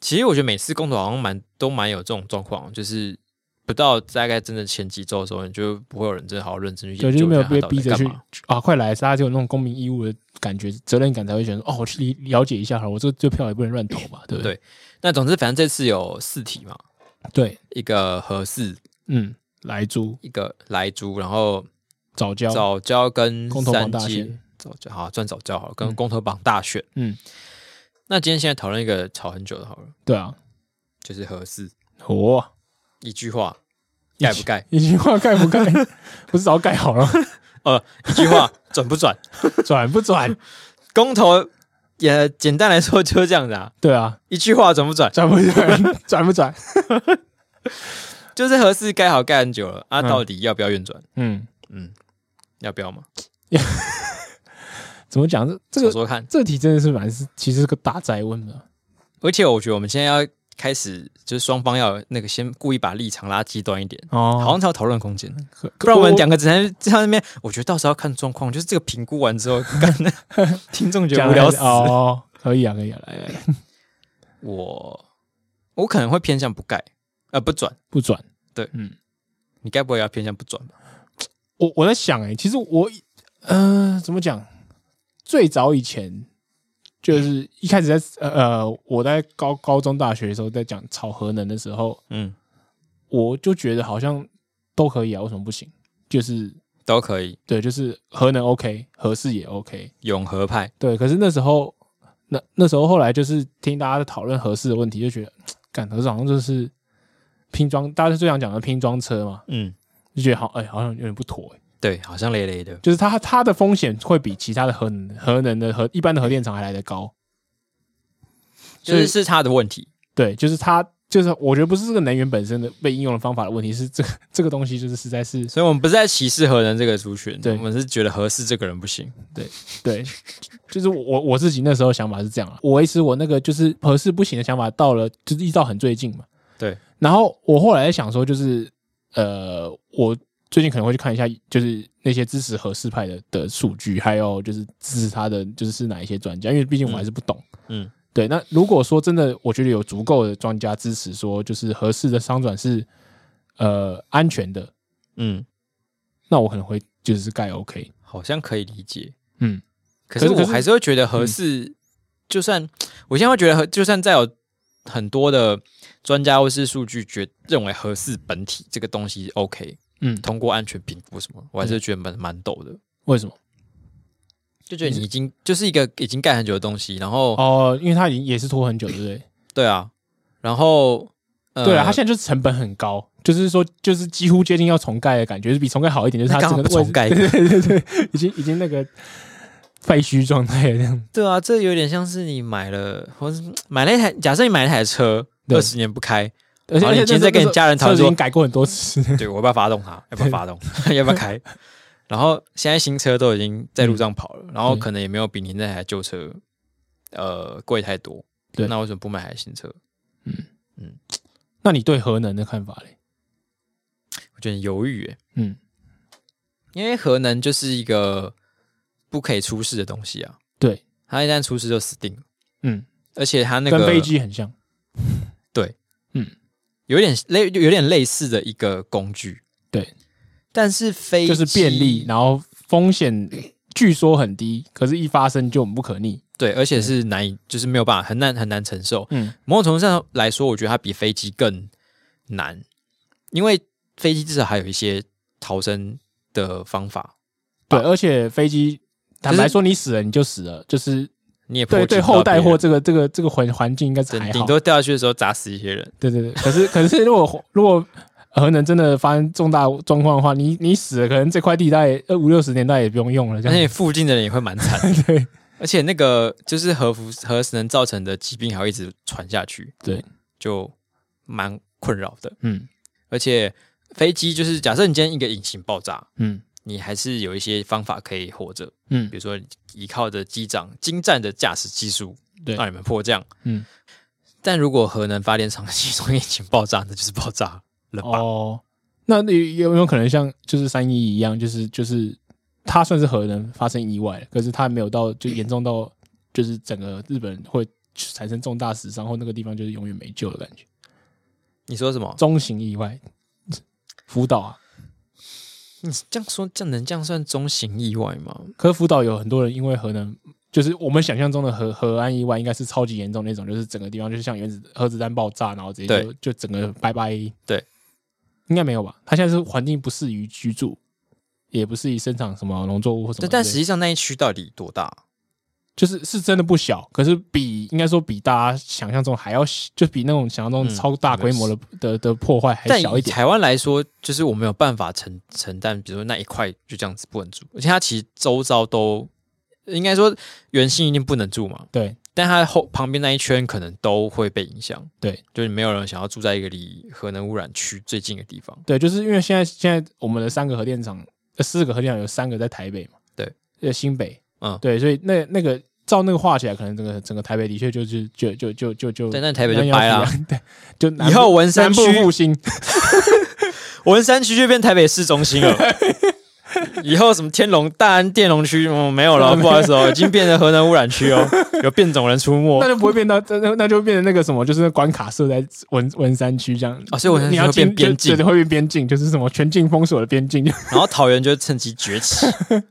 其实我觉得每次公投好像蛮都蛮有这种状况，就是不到大概真的前几周的时候，你就不会有人真的好好认真去
对，
研
就是
究
没
一
有
下
被
它到
逼
底
着
干
去
嘛。
啊，快来！大家就有那种公民义务的感觉、责任感，才会觉得哦，我去了解一下好了，我这这票也不能乱投吧，对不对？
那总之，反正这次有四题嘛，
对，
一个合适，
嗯，来租
一个莱猪，然后
早教，
早教跟
公投榜
三
大
阶
选
早教好算早教好了，跟
嗯
公投榜大选。
嗯，
那今天现在讨论一个吵很久的，好了，
对啊，
就是合适
哦，
一句话盖不盖？
一句话盖不 盖？不是早盖好了，
呃，一句话准 不准？
转不转？
公投也简单来说就是这样子啊，
对啊，
一句话准不准？
转不转？ 转不转？
就是合适盖好盖很久了啊，
嗯
到底要不要运转？
嗯，
要不要嘛？
怎么讲？这这
说
个
说看。
这题真的是蛮是，其实是个大灾问的。
而且我觉得我们现在要开始，就是双方要有那个先故意把立场拉极端一点，
哦
好像才有讨论空间。
可
不然我们两个只能在那边，我觉得到时候要看状况，就是这个评估完之后， 干听众觉
讲
得无聊
还是
死。
哦，可以啊，可以啊，来来来，
我我可能会偏向不盖，呃，不转。
不转。
你该不会要偏向不转吧？
我我在想、欸，哎，其实我，呃，怎么讲？最早以前就是一开始在呃呃，我在高高中、大学的时候在讲炒核能的时候，
嗯，
我就觉得好像都可以啊，为什么不行？就是
都可以，
对，就是核能 OK，核适也 OK，
永和派。
对。可是那时候，那那时候后来就是听大家在讨论核适的问题，就觉得，感核适好像就是拼装，大家最想讲的拼装车嘛，
嗯，
就觉得好，哎、好像有点不妥、欸，
对，好像累累的。
就是它它的风险会比其他的核能核能的核一般的核电厂还来得高，
就
所以
是是他的问题。
对，就是它，就是我觉得不是这个能源本身的被应用的方法的问题，是这个这个东西就是实在是
所以我们不是在歧视何人这个族群，
对
我们是觉得合适这个人不行。
对， 就是我我自己那时候想法是这样啊，我维持我那个就是合适不行的想法，到了就是一直到很最近嘛。
对，
然后我后来想说，就是呃，我最近可能会去看一下，就是那些支持合适派的的数据，还有就是支持他的就是是哪一些专家，因为毕竟我还是不懂。
嗯，
对，那如果说真的，我觉得有足够的专家支持说，就是合适的商转是呃安全的，
嗯，
那我可能会就是盖 OK。
好像可以理解。
嗯，
可
可
是
是可
我
是嗯
还是会觉得合适，就算我现在会觉得合，就算再有很多的专家或是数据觉认为合适本体这个东西 OK，
嗯，
通过安全评估什么，我还是觉得蛮蛮逗的。
为什么？
就觉得你已经就是一个已经盖很久的东西，然后、
哦，因为他已经也是拖很久，对不对？
对啊，然后、呃、
对啊，它现在就是成本很高，就是说就是几乎接近要重盖的感觉，就是比重盖好一点，就是它
那干
整
嘛
个
不重盖
位置对对对对，已经已经那个废墟状态了这样。
对啊，这有点像是你买了，或是买了一台，假设你买了一台车，
对
二十年不开，
而且
好你今天在跟你家人讨论
车子已
说
经改过很多次，
对我要不要发动它？要不要发动？ 要不要开？然后现在新车都已经在路上跑了，然后可能也没有比你那台旧车呃贵太多。
对
那为什么不买台新车？
那你对核能的看法嘞？
我觉得很犹豫耶，
嗯，
因为核能就是一个不可以出事的东西啊，
对，
它一旦出事就死定了。
嗯，
而且它那
跟
个
飞机很像，
有点类有点类似的一个工具，
对，
但是飞
就是便利，
机
然后风险据说很低，可是一发生就不可逆。
对，而且是难以，就是没有办法，很难很难承受。
嗯
某种程度上来说，我觉得它比飞机更难，因为飞机至少还有一些逃生的方法，
对，而且飞机坦白
就是
说，你死了你就死了，就是
你也
对
波及
对
不到
后代
别人
或这个这个这个环环境应该是还
真
好，
顶多掉下去的时候砸死一些人。
对对对，可是 可是如果如果核能真的发生重大状况的话，你你死了，可能这块地带呃五六十年代也不用用了，这
而且
样。
附近的人也会蛮惨的
对
而且那个就是核辐核能造成的疾病还会一直传下去，
对，
就蛮困扰的。
嗯
而且飞机就是，假设你今天一个引擎爆炸，
嗯
你还是有一些方法可以活着，
嗯
比如说依靠着机长精湛的驾驶技术，
对
让你们迫降。
嗯，
但如果核能发电厂的其中一引擎爆炸，那就是爆炸了吧？
哦，那你有没有可能像就是三一一样，就是就是它算是核能发生意外了，可是它没有到就严重到就是整个日本会产生重大死伤，或那个地方就是永远没救的感觉，
你说什么？
中型意外，福岛啊，
你这样说，这样能这样算中型意外吗？
可是福岛有很多人因为核能，就是我们想象中的核核安意外，应该是超级严重那种，就是整个地方就是像原子核子弹爆炸，然后直接就就整个拜拜。
对，
应该没有吧？它现在是环境不适宜居住，也不适宜生产什么农作物或什么之类的。
但但实际上那一区到底多大？
就是是真的不小，可是比应该说比大家想象中还要小，就比那种想象中
嗯
超大规模的、的的破坏还
但
小一
以
点。
台湾来说，就是我没有办法承承担，比如说那一块就这样子不能住，而且它其实周遭都应该说圆心一定不能住嘛，
对
但它后旁边那一圈可能都会被影响。
对，
就是没有人想要住在一个离核能污染区最近的地方。
对，就是因为现在现在我们的三个核电厂，呃，四个核电厂有三个在台北嘛，
对，
呃，新北，
嗯
对，所以那那个照那个画起来，可能整个整个台北的确就是就就就就就
对那台北就
那样
掰啦
子啊， 对，就南
以后文山
南部
区
复兴，
文山区就变台北市中心了。以后什么天龙、大安、电龙区，嗯，没有了，不好意思哦，已经变成核能污染区哦，有变种人出 没
那。就不会变到那那就变成那个什么，就是关卡设在文文山区这样
哦所以文山区
你要
会变
进就
边境
对，对会变边境，就是什么全境封锁的边境，
然后桃园就趁机崛起。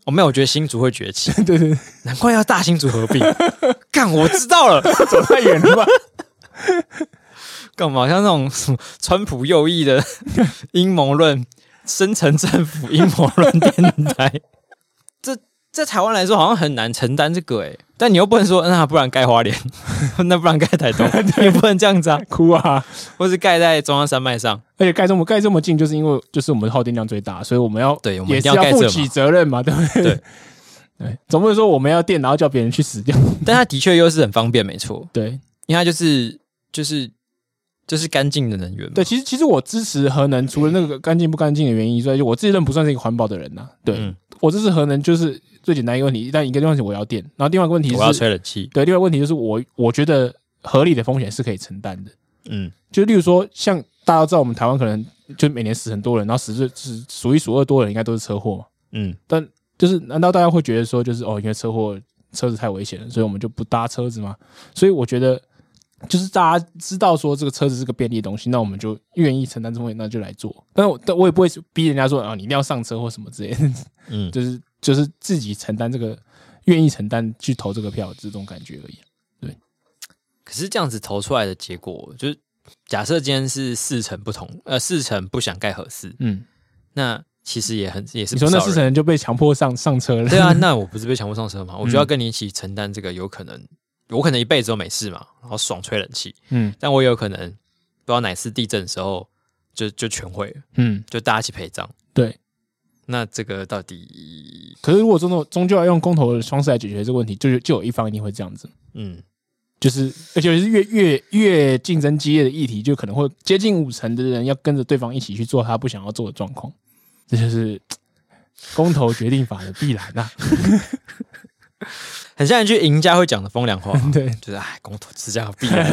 哦，没有，我觉得新竹会崛起，
对对，对
难怪要大新竹 合并。干，我知道了，
走太远了吧？
干嘛像那种什么川普右翼 的阴谋论、深层政府阴谋论电台， 这在台湾来说好像很难承担这个欸诶、但你又不能说那不然盖花 莲，那不然盖台东，你也不能这样子啊，
哭啊！
或是盖在中央山脉上，
而且盖这么盖这么近，就是因为就是我们耗电量最大，所以我们要
对我们
也
一
是
定要盖
负
这
起
嘛
责任嘛，对不对？
对
对，总不能说我们要电，然后叫别人去死掉。
但它的确又是很方便，没错。
对，
因为它就是就是就是干净的能源嘛。
对，其实其实我支持核能，除了那个干净不干净的原因之外，就我自己认不算是一个环保的人呐、对、
嗯
我支持核能，就是最简单一个问题，但一个问题我要电，然后另外一个问题
我要
是，
吹冷气。
对，另外一个问题就是我我觉得合理的风险是可以承担的。
嗯，
就例如说，像大家都知道我们台湾可能就每年死很多人，然后死最是数一数二多的人应该都是车祸嘛。
嗯，
但就是难道大家会觉得说，就是哦，因为车祸车子太危险了，所以我们就不搭车子吗？所以我觉得，就是大家知道说这个车子是个便利的东西，那我们就愿意承担这风险，那就来做。但我但我也不会逼人家说啊，你一定要上车或什么之类的，
嗯
就是就是自己承担这个，愿意承担去投这个票，这种感觉而已。
可是这样子投出来的结果，就是假设今天是四成不同，呃，四成不想盖合适，
嗯，
那其实也很也是
你
不
说那
少
四
人
成人就被强迫上上车了，
对啊，那我不是被强迫上车吗？我就要跟你一起承担这个，有可能我可能一辈子都没事嘛，然后爽吹冷气，
嗯
但我也有可能不知道哪次地震的时候就就全毁了，
嗯，
就大家一起陪葬。
对。
那这个到底，
可是如果终终终究要用公投的方式来解决这个问题，就就有一方一定会这样子，
嗯
就是而且是越越越竞争激烈的议题，就可能会接近五成的人要跟着对方一起去做他不想要做的状况，这就是公投决定法的必然啊 呐、
很像一句赢家会讲的风凉话、
对，
就是哎，公投之家必然。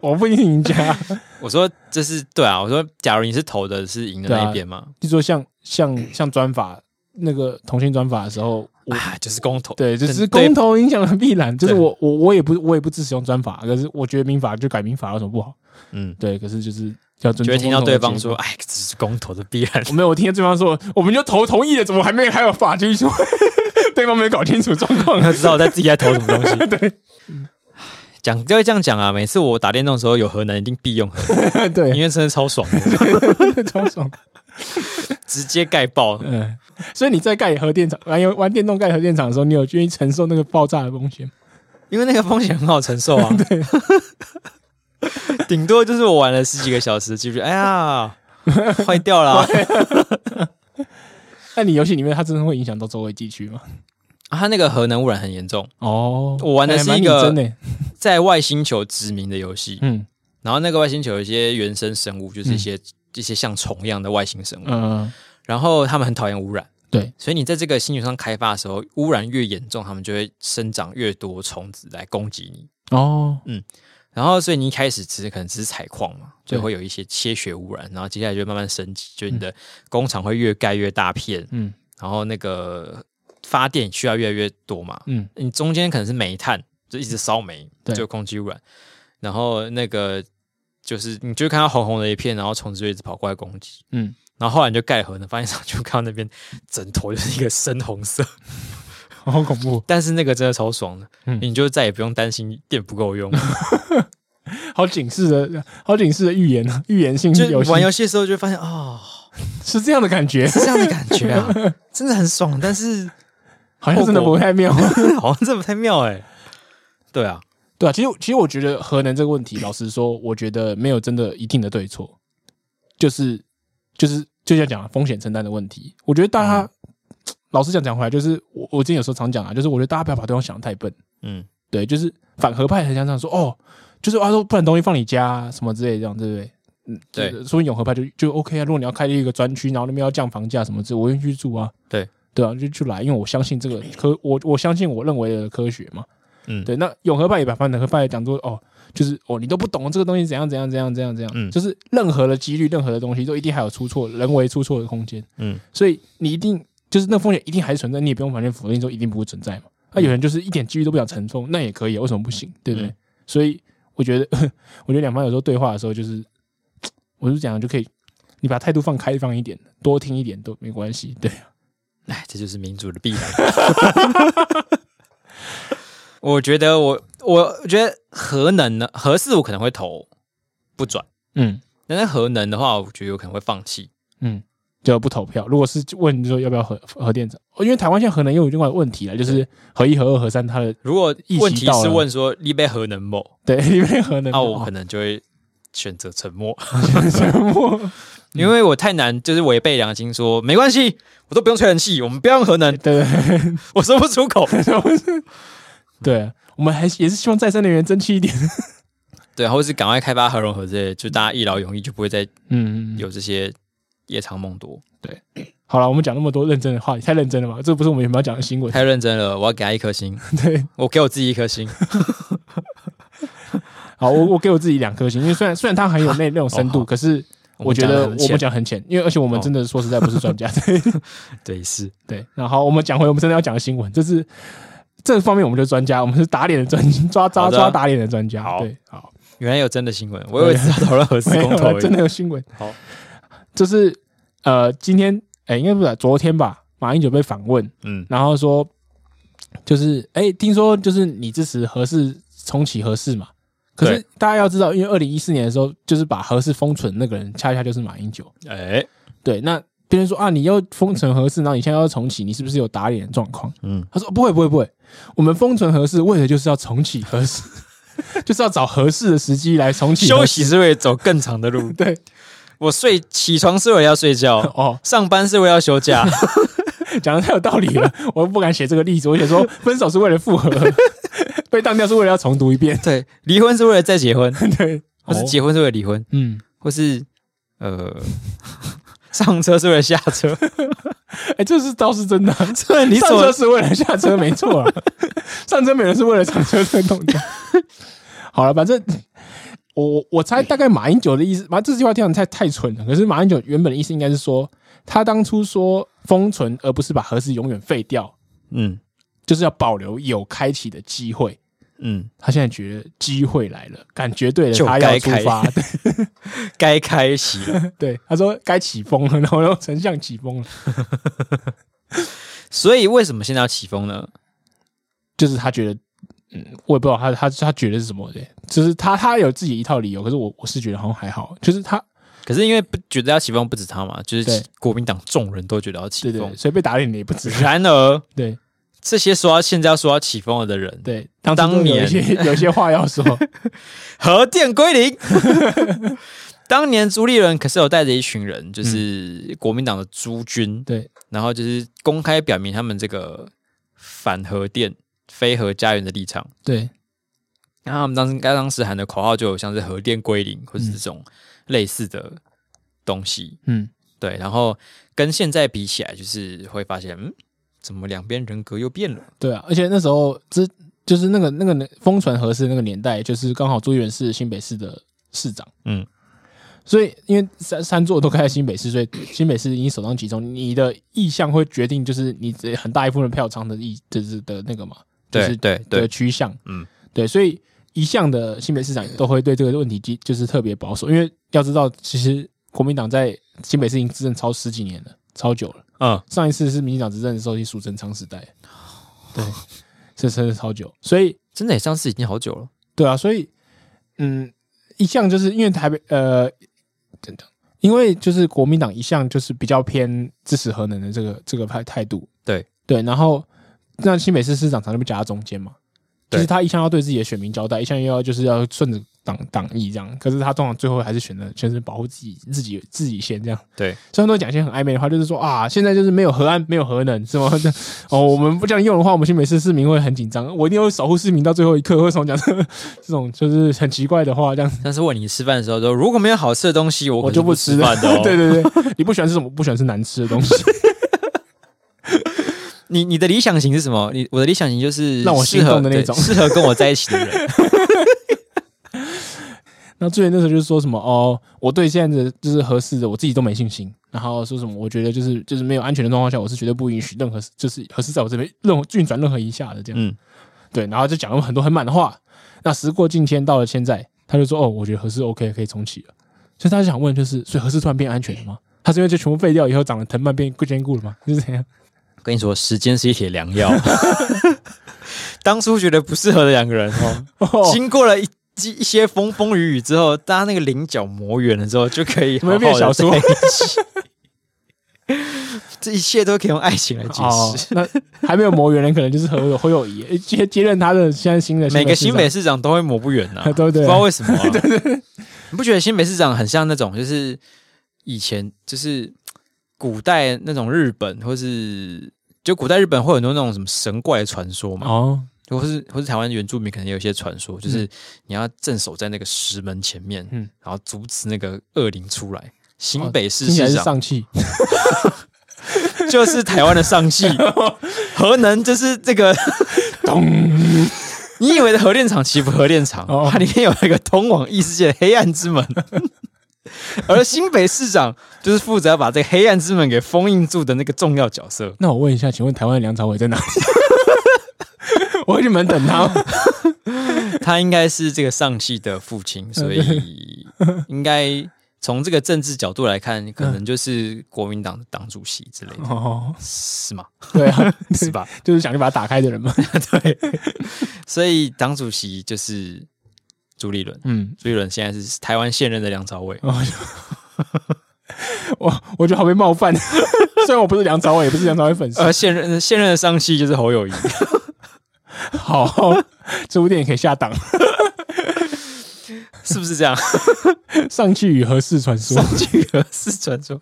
我不一定赢家。
我说这是对啊，我说假如你是投的是赢的那一边嘛，
就说像像像专法那个同性专法的时候，我
啊，就是公投。
对，就是
对
公投影响了必然，就是
对
我我我也不我也不支持用专法，可是我觉得民法就改民法有什么不好？
嗯，
对，可是就是要尊重
就会听到
公投的
对方
结果
说，哎，这是公投的必然。
我没有，我听见对方说，我们就投同意了，怎么还没还有法律说？ 对方没搞清楚状 况。
他知道我在自己在投什么东 西。对，讲就会这样讲啊。每次我打电动的时候有核能，一定必用核能，因
对，
为真的超爽的，
超爽。
直接盖爆。
嗯，所以你在盖核电厂玩游玩电动盖核电厂的时候，你有愿意承受那个爆炸的风险吗？
因为那个风险很好承受啊。顶多就是我玩了十几个小时，就觉得哎呀坏掉 了啊、
那你游戏里面它真的会影响到周围地区吗？
啊它那个核能污染很严重，
哦
我玩的是一个
真的、
在外星球殖民的游戏，
嗯
然后那个外星球有一些原生生物，就是一些、一些像虫一样的外星生物，
嗯，
然后他们很讨厌污染。
对，
所以你在这个星球上开发的时候，污染越严重，它们就会生长越多虫子来攻击你。
哦，
然后，所以你一开始只是可能只是采矿嘛，
对
就会有一些些许污染，然后接下来就慢慢升级，就是你的工厂会越盖越大片，
嗯
然后那个发电需要越来越多嘛。
嗯
你中间可能是煤炭，就一直烧煤，
对
就空气污染。然后那个就是你就会看到红红的一片，然后虫子就一直跑过来攻击。
嗯，
然后后来你就盖核能发电厂，就看到那边整坨就是一个深红色，
好恐怖，
但是那个真的超爽的，
嗯
你就再也不用担心电不 够用。
好警示的，好警示的预言啊，预言性
就
游戏
玩游戏的时候就发现， 哦，
是这样的感觉，
是这样的感觉啊，真的很爽，但是
好像真的不太妙。
好像这不太妙哎、对啊，
对啊，其实其实我觉得核能这个问题，老实说，我觉得没有真的一定的对错，就是就是就像讲的风险承担的问题。我觉得大家、老实讲讲回来，就是我我之前有时候常讲啊，就是我觉得大家不要把对方想得太笨，
嗯
对，就是反核派很像这样说哦，就是啊说不然东西放你家、啊、什么之类的这样，对不对？嗯，
对
就是说明永和派就就 OK 啊。如果你要开一个专区，然后那边要降房价什么之类，我愿意去住啊。
对，
对啊，就去来，因为我相信这个科，我我相信我认为的科学嘛。
嗯，
对，那永和派也把反和派讲说，哦，就是哦，你都不懂这个东西怎样怎样怎样怎样怎样，
嗯
就是任何的几率，任何的东西都一定还有出错，人为出错的空间，
嗯
所以你一定就是那风险一定还是存在，你也不用完全否定说一定不会存在嘛。那、有人就是一点几率都不想承受，那也可以啊，为什么不行？对不对？
嗯
所以我觉得，我觉得两方有时候对话的时候，就是我就讲就可以，你把态度放开放一点，多听一点都没关系，对。
哎，这就是民主的必然。 我觉得我我觉得核能呢，核四我可能会投不转，
嗯
但是核能的话，我觉得有可能会放弃。
嗯，就不投票。如果是问说要不要核核电厂，哦因为台湾现在核能又有另外一个问题了，就是核一、核二、核三，它的
如果
意识
问题
到
是
了哦
问说立贝核能某，
对 因为核能
那我可
很
能就会选择沉默，
沉默。
因为我太难，就是违背良心说没关系，我都不用吹冷气，我们不要用核能
对，对对，
我说不出口。
对，我我们还是也是希望再生能源争气一点。
对，或者是赶快开发核融合之类的，就大家一劳永逸，就不会再
嗯，
有这些夜长梦多。
好了，我们讲那么多认真的话，也太认真了吧？这不是我们原本要讲的新闻。
太认真了，我要给他一颗星，
对，
我给我自己一颗 星。
好，我我给我自己两颗星，因为虽然虽然它很有那那种深
哦
度，
好
可是我觉
讲得
得
很
我
浅
们讲很浅，因为而且我们
哦
真的说实在不是专家。 对
对是，
对，然后我们讲回我们真的要讲的新闻，就是这方面我们就是专家，我们是打脸的专抓抓
好的
抓打脸的专家。
好
对，好，
原来有真的新闻，我以为只要讨论核四
没有
公投而
了，
已
真的有新闻。
好，
就是呃，今天哎，应该不是昨天吧？马英九被访问，
嗯，
然后说就是哎、听说就是你支持合适重启合适嘛？可是
对
大家要知道，因为二零一四年的时候，就是把合适封存那个人，恰恰就是马英九。
哎，
对，那别人说啊，你要封存合适，然后你现在要重启，你是不是有打脸的状况？
嗯，
他说不会不会不会，我们封存合适，为的就是要重启合适， 就是要找合适的时机来重启
休
合适。
息是为了走更长的路，
对，
我睡起床是为了要 睡觉，
哦，
上班是为了要 休假，
讲的太有道理 了，我不敢写这个例子，我写说分手是为了复合， 被当掉是为了要重读一遍。
对，离婚是为了再结婚，
对，
或是
哦
结婚是为了离婚，
嗯，
或是呃 上车是为了下 车，
哎、这是倒是真的、啊。
这 你
上
怎么
车是为了下车，没错 啊。上车没人是为了上车这个动作。好了，反正我我我猜大概马英九的意思，马这句话听起来太太蠢了。可是马英九原本的意思应该是说，他当初说封存，而不是把核子永远废掉，
嗯
就是要保留有开启的机会。
嗯，
他现在觉得机会来了，感觉对了，
就
他
该
要出
开
发。 对
该开席 了。
对，他说该起风了，然后又丞相起风了，
所以为什么现在要起风呢？
就是他觉得，嗯，我也不知道他他他觉得是什么的，就是他他有自己一套理由，可是我我是觉得好像还好，就是他
可是因为不觉得要起风不止他嘛，就
对
是国民党众人都觉得要起
对对
风
对，。所以被打脸的也不止，
然而，
对
这些说要现在要说要起风了的人，
对，当
当
初有一
年
些有一些话要 说，
核电 归零。当年朱立伦可是有带着一群人，
嗯
就是国民党的诸军，
对
然后就是公开表明他们这个反核电、非核家园的立场。
对
然后他们当时该当时喊的口号就有像是核电归零，或是这种类似的东西。
嗯，
对，然后跟现在比起来，就是会发现，嗯，怎么两边人格又变了？
对啊，而且那时候这就是那个那个疯传合适那个年代，就是刚好朱一元是新北市的市长，
嗯，
所以因为三三座都开在新北市，所以 新北市已经首当其冲，你的意向会决定就是你这很大一部分票仓的意就是的那个嘛，就
对
是
对对
的趋向，
嗯，
对，所以一向的新北市长都会对这个问题就就是特别保守，因为要知道，其实国民党在新北市已经执政超十几年了，超久了。
嗯，
上一次是民进党执政的时候，是苏贞昌时代，对， 这真的超久，所以
真的也上次已经好久了。
对啊，所以嗯，一向就是因为台北呃，等等，因为就是国民党一向就是比较偏支持核能的这个这个派态度，
对
对，然后那新北市市长常常被夹在中间嘛，就
对
是他一向要对自己的选民交代，一向又要就是要顺着党党意这样，可是他通常最后还是选择全是保护自己自己自己先这样，
对，
虽然都讲一些很暧昧的话，就是说啊，现在就是没有核安，没有核能，是吗？ 这哦，我们不这样用的话，我们新北市市民会很紧张，我一定会守护市民到最后一刻，会从讲这这种就是很奇怪的话，这样
但是问你吃饭的时候说，如果没有好吃的东西，我
我
可
就是不
不
吃
吃
了。
饭的、哦。
对对对，你不喜欢吃什么？不喜欢吃难吃的东西，
你你的理想型是什么？你我的理想型就是
让我心动的那
适合对
种
适合跟我在一起的 人。
那之前那时候就是说什么哦，我对现在的就是合适的我自己都没信心，然后说什么我觉得就是就是没有安全的状况下，我是绝对不允许任何就是合适在我这边任何运转任何一下的这样。
嗯，
对，然后就讲了很多很满的话。那时过境迁，到了现在，他就说：“哦，我觉得合适 OK，可以重启了。”所以他就想问，就是所以合适突然变安全了吗？他是因为就全部废掉以后长了藤蔓变坚 固了吗？就是这样。
跟你说，时间是一帖良 药。当初觉得不适合的两个人哦，
哦，
经过了一一一些风风雨雨之后，大家那个棱角磨圆了之后，就可以
怎
好
么
好
会变小
的在
说
一起。 这一切都可以用爱情来解
哦
释。，
那还没有磨圆人，可能就是和侯友谊诶接接任他的现在新的
每个新
北
北市长都会磨不圆呐、
市长， 对
不
对
知道为什么、啊。你不觉得新北市长很像那种，就是以前就是古代那种日本，或是就古代日本会有很多那种什么神怪的传说嘛？
哦，
或是或是台湾原住民可能有一些传说，就是你要镇守在那个石门前面，
嗯哦
然后阻止那个恶灵出来。新北市
听起来
市
是
长
上气，
就是台湾的 上戏，核能就是这个
咚，
你以为的核电厂，其实不核电厂，
哦
它里面有一个通往异世界的黑暗之门。而新北市长就是负责把这个黑暗之门给封印住的那个重要角色。
那我问一下，请问台湾的梁朝伟在哪里？ 我会去门等他。
他应该是这个上戏的父亲，所以应该从这个政治角度来看，可能就是国民党的党主席之类的，
哦，
是吗？
对 啊，
是吧？
就是想去把它打开的人嘛。
对，所以党主席就是朱立伦，
嗯，
朱立伦现在是台湾现任的梁朝伟。
我我觉得好被冒犯， 虽然我不是梁朝伟，也不是梁朝伟粉丝。
呃，现任现任的上戏就是侯友谊，
好，这部电影可以下档，
是不是这样？
《上气与何氏传说
上》。去合适传说，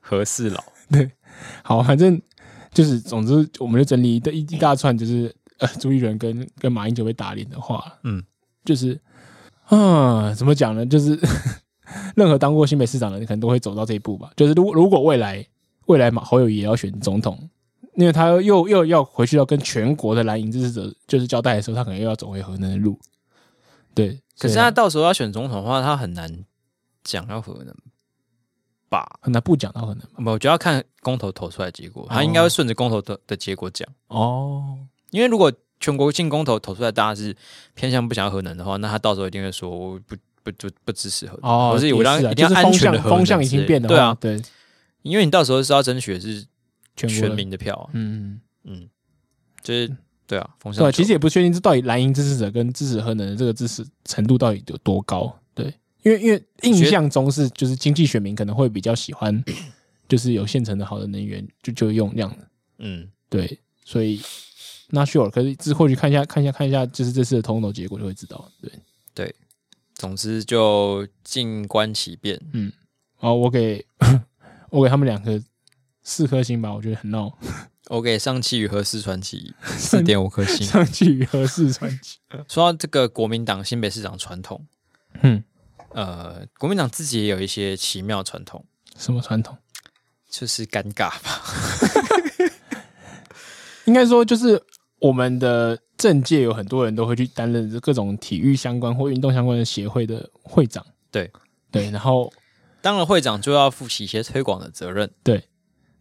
何事老？
好，反正就是，总之，我们就整理的一一大串，就是呃，朱一伦跟跟马英九被打脸的话，
嗯，
就是啊，怎么讲呢？就是 任何当过新北市长的，人，可能都会走到这一步吧。就是如果如果未来未来马侯友谊也要选总统，因为他又又要回去要跟全国的蓝营支持者就是交代的时候，他可能又要走回河南的路。对，
可
所
是
以
他到时候要选总统的话，他很难讲要核能吧？
很难不讲到河南
我觉得要看公投投出来的结果，他应该会顺着公投的的结果讲。
哦。
因为如果全国性公投投出来，大家是偏向不想要核能的话，那他到时候一定会说我不不不不支持核能，
哦，
我是我
也
让
啊
一定
就
要
是
安
风
全的
向
核能
风向已经
之类的
变的话，哦
对啊，
对，
因为你到时候是要争取的是
全国
全
的，
民的票啊，
嗯。
嗯，就是对啊，风向
对，
球
其实也不确定这到底蓝营支持者跟支持核能的这个支持程度到底有多高。对，因为因为印象中是就是经济选民可能会比较喜欢， 就是有现成的好的能源就就用这样的。
嗯，
对，所以 not sure，可是这或许看一下看一下看一下，就是这次的通投结果就会知道。对，
总之就静观其变。
哦，我给 我给他们两个四颗星吧，我觉得很闹，
我给上汽与何氏 传奇四点五颗星。
上去与合适传奇。
说到这个国民党新北市长传统，
嗯，
呃，国民党自己也有一些奇妙传统，
什么传统？
就是尴尬吧。
应该说就是我们的政界有很多人都会去担任各种体育相关或运动相关的协会的会长。
对
对，然后
当了会长就要负起一些推广的责任。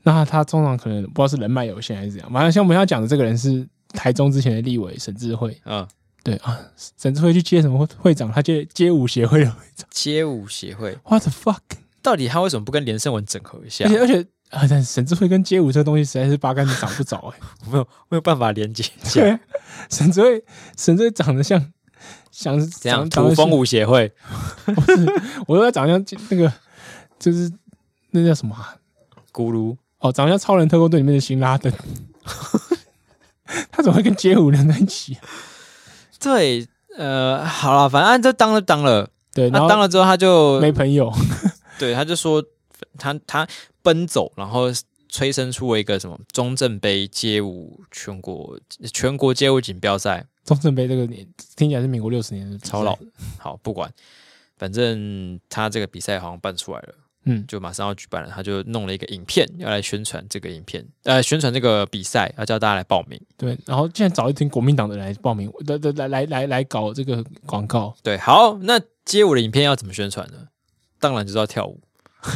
那他通常可能不知道是人脉有限还是怎样，反正像我们要讲的这个人是台中之前的立委沈智慧，
嗯，
对啊，沈智慧去接什么会长？他接街舞协会的会长
街舞协会
，what the fuck？
到底他为什么不跟连胜文整合一下
而？且而且。啊，但沈智慧跟街舞这个东西实在是八竿子长不着哎、
我没有没有办法连接一
对
下。
啊，沈智慧，沈智慧长得像，像
这样，
长
土
得像
风舞协会
我都在长得像那个，就是那叫什么啊、
咕噜，
哦，长得像超人特工队里面的辛拉登， 他怎么会跟街舞连在一起、
对，呃，好了，反正就当了当了，
对，然
那、
后
啊当了之后他就
没朋友，
对，他就说他他奔走，然后催生出了一个什么中正杯街舞全国全国街舞锦标赛，
钟镇杯这个年听起来是民国六十年的比赛
超老， 好不管，反正他这个比赛好像办出来了，
嗯
就马上要举办了，他就弄了一个影片要来宣传这个影片，呃，宣传这个比赛，要叫大家来报名。
对，然后竟然找一群国民党的人来报名，来来来来来搞这个广告，
对，好，那街舞的影片要怎么宣传呢？当然就是要跳舞。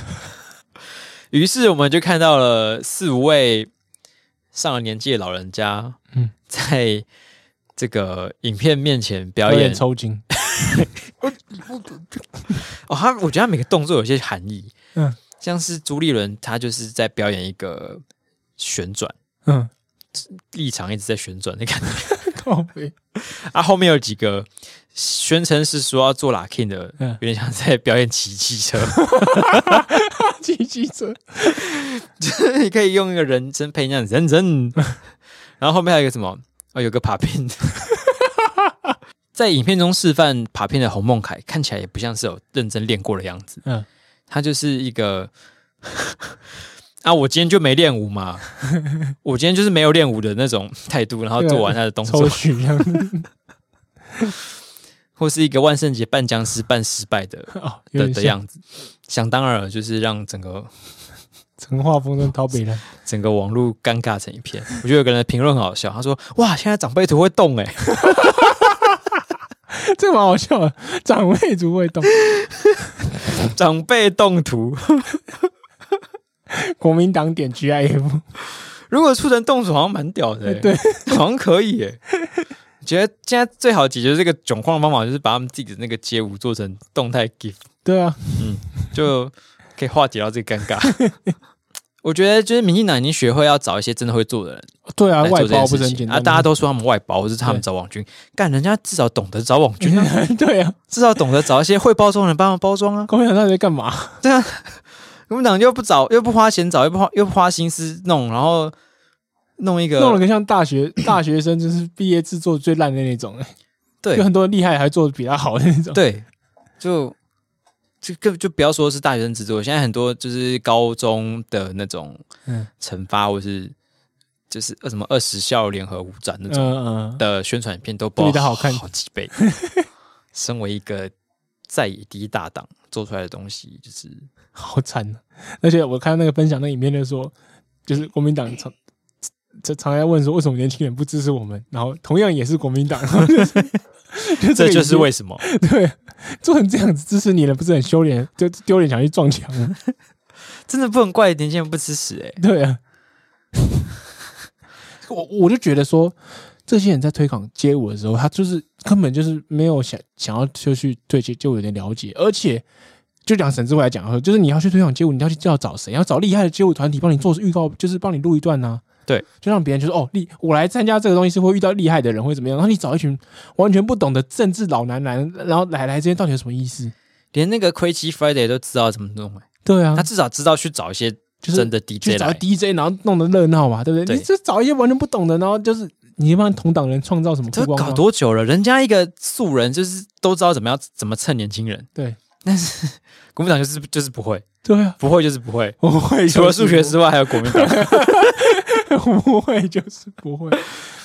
于是我们就看到了四五位上了年纪的老人家，
嗯
在这个影片面前表
有点
演。
抽 筋，
哦，他我觉得他每个动作有些含义，
嗯
像是朱立伦他就是在表演一个旋转，
嗯，
立场一直在旋转的感觉。
靠背，
啊，后面有几个宣称是说要做 l a k i n 的，
嗯
有点像在表演骑汽车。
骑机车，
你可以用一个人声配那样 人人，然后后面还有一个什么？哦，有个爬片，在影片中示范爬片的洪孟凯看起来也嗯不像是有认真练过的样子，
嗯，
他就是一个啊，我今天就没练舞 嘛，我今天就是没有练舞的那种态度，然
啊
后做完他的动
抽
作，
取这样子
或是一个万圣节半僵尸半失败的
哦，有
的
点
的
像
样子。想当然了，就是让整个
陈画风 跟陶北人，
整个网络尴尬成一片。我觉得有个人的评论很好笑，他说：“哇，现在长辈图会动哎、
这个蛮好笑的。长辈族会动，
长辈动图。
国民党点 GIF，
如果出成动图，好像蛮屌的、欸，
对，
好像可以哎、觉得现在最好解决这个窘况的方法，就是把他们自己的那个街舞做成动态 GIF，
对啊，
就可以化解到这个尴尬。 我觉得就是民进党已经学会要找一些真的会做的人
对啊，
来
外
做这
包
件
不
事
是很
情
简
啊！
单吗，
大家都说他们外包，或是他们找网军，干人家至少懂得找网 军啊，
对啊，
至少懂得找一些会包装的人帮忙包装啊。
国民党到底在干嘛？
国民党又不找，又不花钱找，又不花又不花心思弄，然后弄一个
弄了个像大 学大学生，就是毕业制作最烂的那种，欸
对
有很多人厉害还做的比他好的那种，
对，就就更就不要说是大学生制作，现在很多就是高中的那种
嗯
惩罚，或是就是呃什么二十校联合舞展那
嗯
种
嗯，
的宣传片都
都
爆
比它好看
好几 倍。身为一个在野第一大党做出来的东西，就是
好惨啊！而且我看那个分享那影片就说，就是国民党常常常在问说，为什么年轻人不支持我们？然后同样也是国 民党， 就
这就是
为
为什么
对做成这样子支持你了，不是很羞脸，就丢脸想去撞墙吗？
真的不能怪年轻人不支持哎、
对啊， 我我就觉得说，这些人在推广街舞的时候，他就是根本就是没有想想要就去对街街舞有点了解，而且就讲沈志伟来讲，就是你要去推广街舞，你要去要找谁？要找厉害的街舞团体帮你做预告，就是帮你录一段呐、
对，
就让别人就说哦，厉，我来参加这个东西是会遇到厉害的人，会怎么样？然后你找一群完全不懂的政治老男男，然后来来这边到底有什么意思？
连那个 Crazy Friday 都知道怎么弄、欸，
对啊
他，至少知道去找一些
就是
真的
去
DJ
找
来，
DJ，然后弄得热闹嘛，对不对？
对
你就找一些完全不懂的，然后就是你帮同党人创造什么
这
曝光啊
搞
吗？
多久了？人家一个素人就是都知道怎么样怎么蹭年轻人，
对
国民党就是 就是不会，
对啊，
不会就是不会，
我会
除了数学
是
之外还有国民党。
不不会就是不会，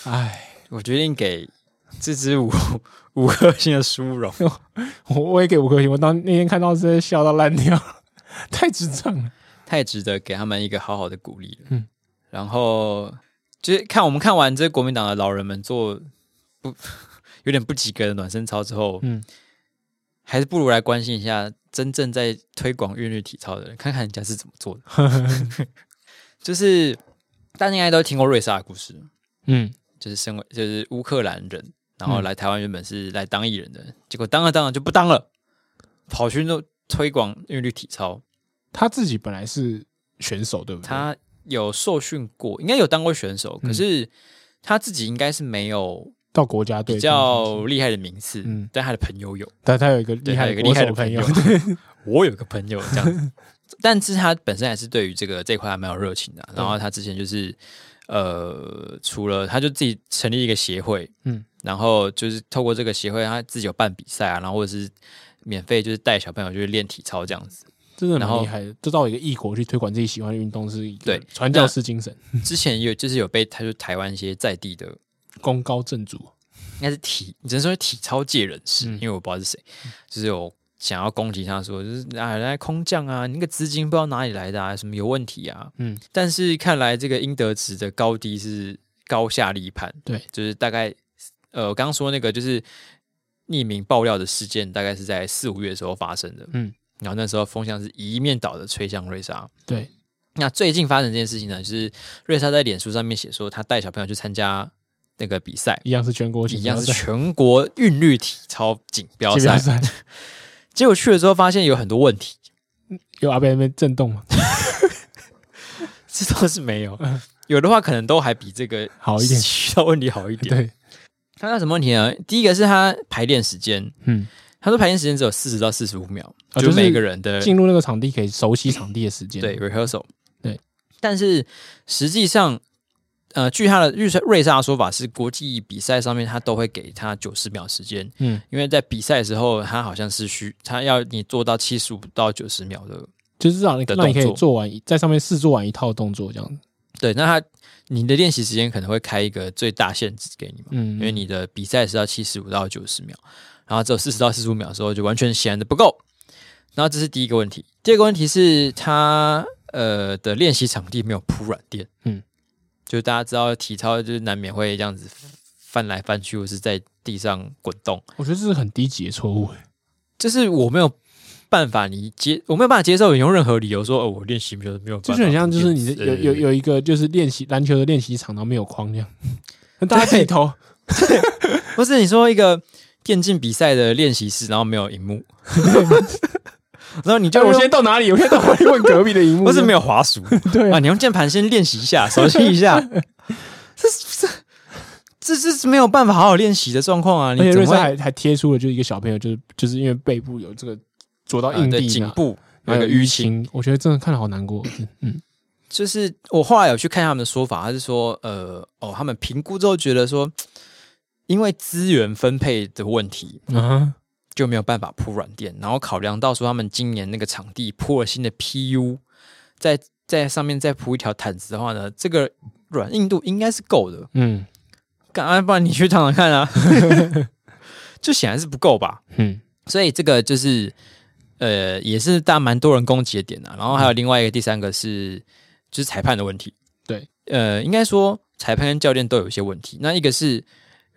哎，
我决定给这支舞五颗星的殊荣，
我我也给五颗星，我当那天看到真的笑到烂掉， 太智障了。
太值得给他们一个好好的鼓励了。
嗯
然后就是看我们看完这国民党的老人们做不 有点不及格的暖身操之后，
嗯，
还是不如来关心一下真正在推广韵律体操的人，看看人家是怎么做的。 就是大家应该都听过瑞莎的故事，
嗯，
就是身为就是乌克兰人，然后来台湾原本是来当艺人的，结果当了当了就不当了，跑去弄推广韵律体操。
他自己本来是选手，对不对？
他有受训过，应该有当过选手，
嗯
可是他自己应该是没有
到国家队
比较厉害的名次，
嗯
但他的朋友有。
但他有一个厉
对，他
害
有一个
国
厉害
手
的
朋
朋友， 我有个朋友这样子，但是他本身还是对于这个这一块还蛮有热情的。啊然后他之前就是呃，除了他就自己成立一个协会，
嗯
嗯，然后就是透过这个协会，他自己有办比赛啊，然后或者是免费就是带小朋友就是练体操这样子。
真的
然
蛮
后
厉害的。就到一个异国去推广自己喜欢的运动，是一个
对
传教
那
士精神，
之前也有就是有被他就台湾一些在地的
功高震主。
应该是体，只能说是体操界人士，
嗯
因为我不知道是谁，就是有想要攻击他说，就是啊，人家空降啊，你那个资金不知道哪里来的啊，什么有问题啊。
嗯，
但是看来这个应得值的高低是高下立判，
对，
就是大概呃，我刚刚说那个就是匿名爆料的事件，大概是在四五月的时候发生的。
嗯，
然后那时候风向是一面倒的吹向瑞莎，
对，
那最近发生这件事情呢，就是瑞莎在脸书上面写说，她带小朋友去参加那个比赛，
一样是全国锦
一
标
样是
赛
全国韵律体操锦标
锦标
赛。
赛，
结果去了之后，发现有很多问题，
有阿贝那边震动嘛，
这倒是 没有。有的话，可能都还比这个
好一 点
遇到问题好一点。
对，
看到什么问题呢？第一个是他排练时间，
嗯，
他说排练时间只有四十到四十五秒，
啊
就
就是
是每个人的
进入那个场地可以熟悉场地的时间，
对 rehearsal。
对，
但是实际上，呃，据他的瑞莎瑞莎的说法是，国际比赛上面他都会给他九十秒时间，
嗯，
因为在比赛的时候，他好像是需他要你做到七十五到九十秒的
就是让你
的
让你可以
动作
做完一在上面试做完一套动作这样子。
对，那他你的练习时间可能会开一个最大限制给你嘛，
嗯，
因为你的比赛是要七十五到九十秒，然后只有四十到四十五秒的时候就完全显然的不够。然后这是第一个问题，第二个问题是他呃的练习场地没有铺软垫，
嗯，
就大家知道体操就是难免会这样子翻来翻去，或是在地上滚动，
我觉得这是很低级的错误、欸。
就是我没有办法你接，我没有办法接受你用任何理由说哦我练习没有没有办
就
法练习，
是很像，就是你的有有有一个就是练习篮球的练习场，然后没有框这样，那大家自己投。
不是你说一个电竞比赛的练习室，然后没有 荧幕，然后你
就
就
我现在到哪里？我现在到哪里？问隔壁的荧幕。
哎不是没有滑鼠
对
啊，你用键盘先练习一 下，熟悉一下，这是这这是没有办法好好练习的状况啊！
而且
你怎
瑞
么
士
会
还还贴出了，就是一个小朋友，就是就是因为背部有这个着到
啊
硬
对
地
颈
嘛，
部有
还
一
有
个
淤
淤青？
青，我觉得真的看了好难过。嗯，
就是我后来有去看他们的说法，他是说呃哦，他们评估之后觉得说，因为资源分配的问题，
啊，
就没有办法铺软垫，然后考量到说他们今年那个场地铺了新的 PU，在在上面再铺一条毯子的话呢，这个软硬度应该是够的。
嗯
干，啊不然你去躺躺看啊， 就显然是不够吧。
嗯，
所以这个就是呃，也是大家蛮多人攻击的点啊。然后还有另外一个第三个是就是裁判的问题，
对，
呃，应该说裁判跟教练都有一些问题。那一个是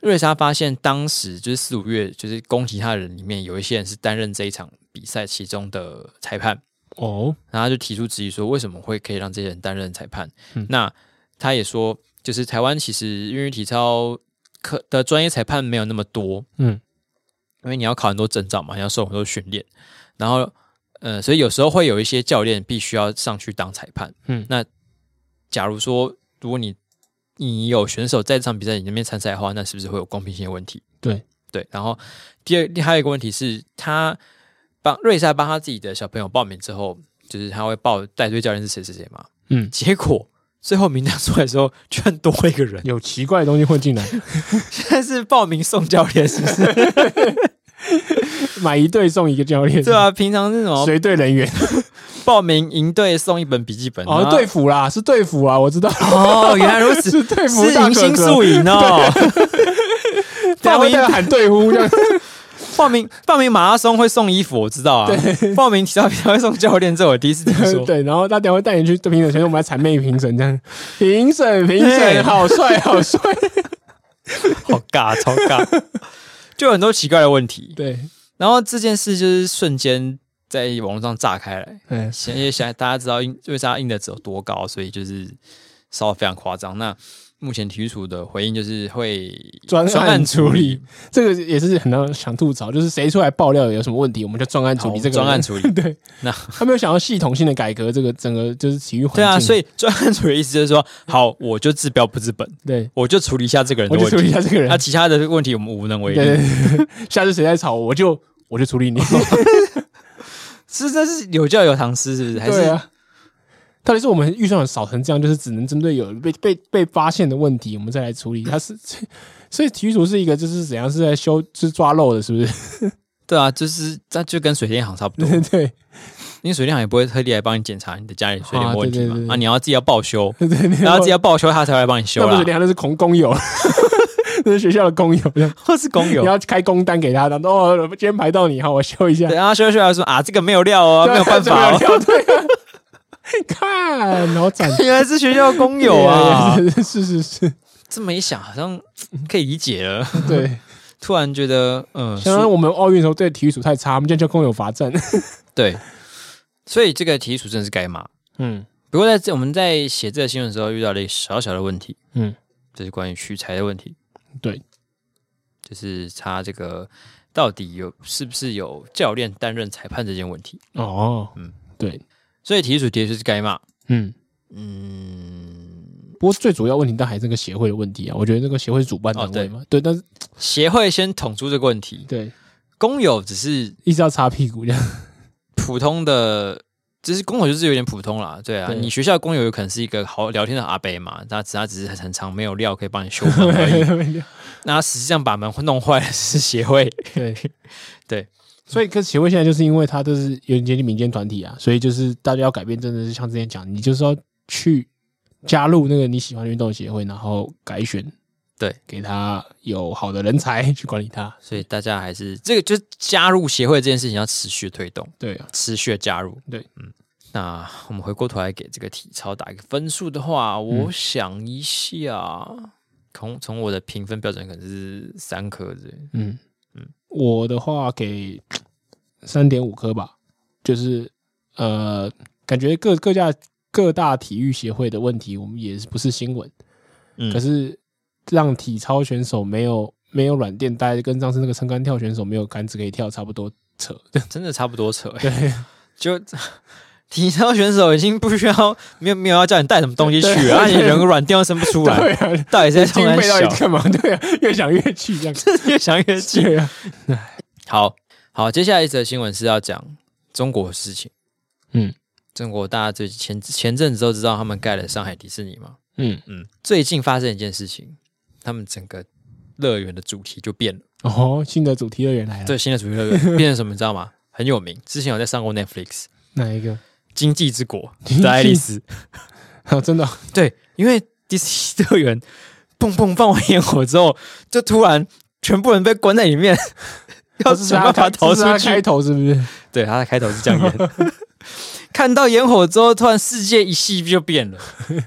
瑞莎发现当时就是四五月就是攻击他的人里面有一些人是担任这一场比赛其中的裁判，
哦，
然后他就提出质疑说，为什么会可以让这些人担任裁判？
嗯
那他也说，就是台湾其实因为体操课的专业裁判没有那么多，
嗯，
因为你要考很多证照嘛，你要受很多训练，然后呃，所以有时候会有一些教练必须要上去当裁判，
嗯
那假如说如果你你有选手在这场比赛你那边参赛的话，那是不是会有公平性的问题？
对
对，然后第二还有一个问题是他帮瑞莎帮他自己的小朋友报名之后，就是他会报带队教练是谁谁谁嘛，
嗯
结果最后名单出来的时候，居然多了一个 人，
有奇怪的东西混 进来，
现在是报名送教练是不是？
买一对送一个教练，
对啊，平常是什么
随队人员
报名营队送一本笔记本
哦，队服啦，是队服啊，我知 道，
哦，原来如此，
是队服
是
大
迎
哥
新
哥
宿，营哦，
他们在喊队呼这样，
报名报名马拉松会送衣服，我知道啊，报名体操比赛会送教练，这我第一次听说。
对，然后他等一下会带你去评审前，我们来谄媚评审，这样评审评
对
审，好帅好 帅，
好尬，超尬， 就有很多奇怪的问题。
对，
然后这件事就是瞬间在网络上炸开来，
嗯
现因为现在大家知道硬瑞莎硬的值有多高，所以就是烧得非常夸张。那目前体育署的回应就是会
专案处
处
理，这个也是很多人想吐槽，就是谁出来爆料有什么问题，我们就专案处
好
理这个
专案
人。
处理。
对，
那
他没有想要系统性的改革这个整个就是体育环境。
对啊，所以专案处理的意思就是说，好，我就治标不治本，
对，
我就处理一下这个人
我
的
就处
问
理一
题，
下这个人
那、。其他的问题我们无能为
对
力。
对对， 对下次谁在吵，我就我就处理你。
哦是这是有教有堂师，是不是？还是
对啊，到底是我们预算少成这样，就是只能针对有被被被发现的问题，我们再来处理。它是， 所以体育组是一个就是怎样是在修是抓漏的，是不 是？
对啊，就是这就跟水电行差不多，
对对
因为水电行也不会特地来帮你检查你的家里水电有问题
啊对对对
嘛，
对
啊，你要自己要报修，
对对，
然后自己要报修，他才会来帮你修
那不
啦
是，连他那是工工友， 那是学校的工 友，这样
或是工
你
友。
要开工单给他，然后哦，今天排到你，好，我修一下
对，。然后修一修来说啊，这个没有料哦，没有办法
对这
哦，
没有料对啊，看，好惨。，
原来是学校工友啊
是是是，
这么一想好像嗯可以理解了。
对。
突然觉得，嗯，
相当于我们奥运的时候对体育组太差，我们这样叫工友罚站。
对，所以这个体育署真的是该骂。
嗯
不过在这我们在写这个新闻的时候遇到了一个小小的问题，
嗯，
就是关于取材的问题。
对，
就是他这个到底有是不是有教练担任裁判这件问题。
哦，
嗯
嗯，对，
所以体育署的确是该骂。
嗯。
嗯，
不过最主要问题，但还是那个协会的问题啊。我觉得那个协会是主办单位嘛，哦对，但是
协会先捅出这个问题，
对，
工友只是
一直要擦屁股这样。
普通的，就是工友就是有点普通啦。对啊，
对
你学校的工友有可能是一个好聊天的阿伯嘛，他只他只是很很长没有料可以帮你修 门而已。那他实际上把门弄坏的是协会，
对，所以跟协会现在就是因为它都是有点接近民间团体啊，所以就是大家要改变，真的是像之前讲，你就是要去加入那个你喜欢的运动协会，然后改选，
对，
给他有好的人才去管理他。
所以大家还是这个就是加入协会这件事情要持续推动，
对啊，
持续地加入。
对，
嗯，那我们回过头来给这个体操打一个分数的话，我想一下，从从我的评分标准可能是三颗之类。
嗯我的话给三点五颗吧，就是呃，感觉各各家各大体育协会的问题，我们也是不是新闻，
嗯
可是让体操选手没有没有软垫带，跟上次那个撑杆跳选手没有杆子可以跳，差不多扯。
真的差不多扯、欸，
对，
就 体操选手已经不需要，没有没有要叫你带什么东西去
对
啊，你人软垫又伸不出
对
来，
啊，
到底在
经
从哪
费到底
小？
干嘛？对啊，越想越气 这样。
越想越气。
对啊，
好好，接下来一则新闻是要讲中国的事情。
嗯，
中国大家最前前阵子都知道他们盖了上海迪士尼嘛。
嗯，
嗯，最近发生一件事情，他们整个乐园的主题就变了。
哦，新的主题乐园来了，
这新的主题乐园 变成什么，你知道吗？很有名，之前有在上过 Netflix《
哪一个？
经济之国
经》济
的爱丽丝。
啊，真的哦，
对，因为迪士尼乐园 砰砰放完烟火之后，就突然全部人被关在里面，要
哦这是
想
他
办法
开
逃
这是
出
他
去
开。头是不是？
对，他的开头是这样演。 看到烟火之后，突然世界一系就变了，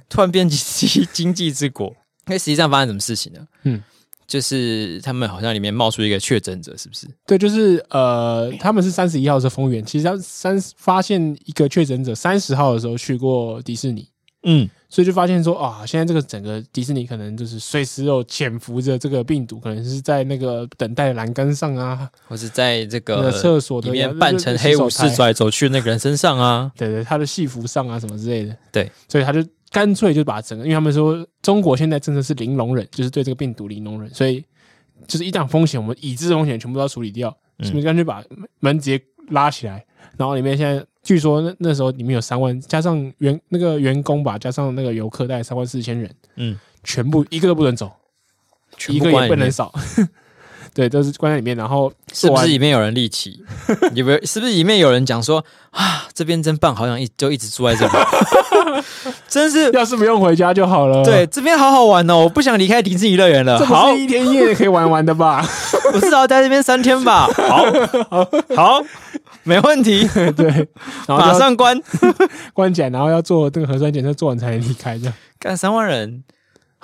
突然变经经济之国。那实际上发生什么事情呢？
嗯
嗯，就是他们好像里面冒出一个确诊者，是不是？
对，就是呃，他们是三十一号的时候封园，其实他三发现一个确诊者三十号的时候去过迪士尼，
嗯，
所以就发现说啊，现在这个整个迪士尼可能就是随时有潜伏着这个病毒，可能是在那个等待栏杆上啊，
或是在这
那
个
个厕所的
里面扮成黑武士
洗手台
走来走去那个人身上啊。
对对，他的戏服上啊什么之类的，
对，
所以他就干脆就把整个，因为他们说中国现在真的是零容忍，就是对这个病毒零容忍，所以就是一旦风险，我们已知风险全部都要处理掉，
嗯
所以干脆把门直接拉起来，然后里面现在据说那那时候里面有三万，加上员那个员工吧，加上那个游客，大概三万四千人，
嗯，
全部一个都不能走，
全
一
部
个
关
也
在
不
里
能
面，
少。 对，都是关在里面，然后
是
做
不
完
是里面有人立起？有没有？是不是里面有人讲说啊，这边真棒，好想一就一直住在这里， 真是
要是不用回家就好了。
对，，这边好好玩哦，我不想离开迪士尼乐园了。
这
好
不，是一天一夜可以玩完的吧？
我至少要待这边三天吧。 好，好，没问 题，
对，然后就
马
要
上关。
关起来，然后要做那个核酸检测，做完才能离开，这样
干三万人，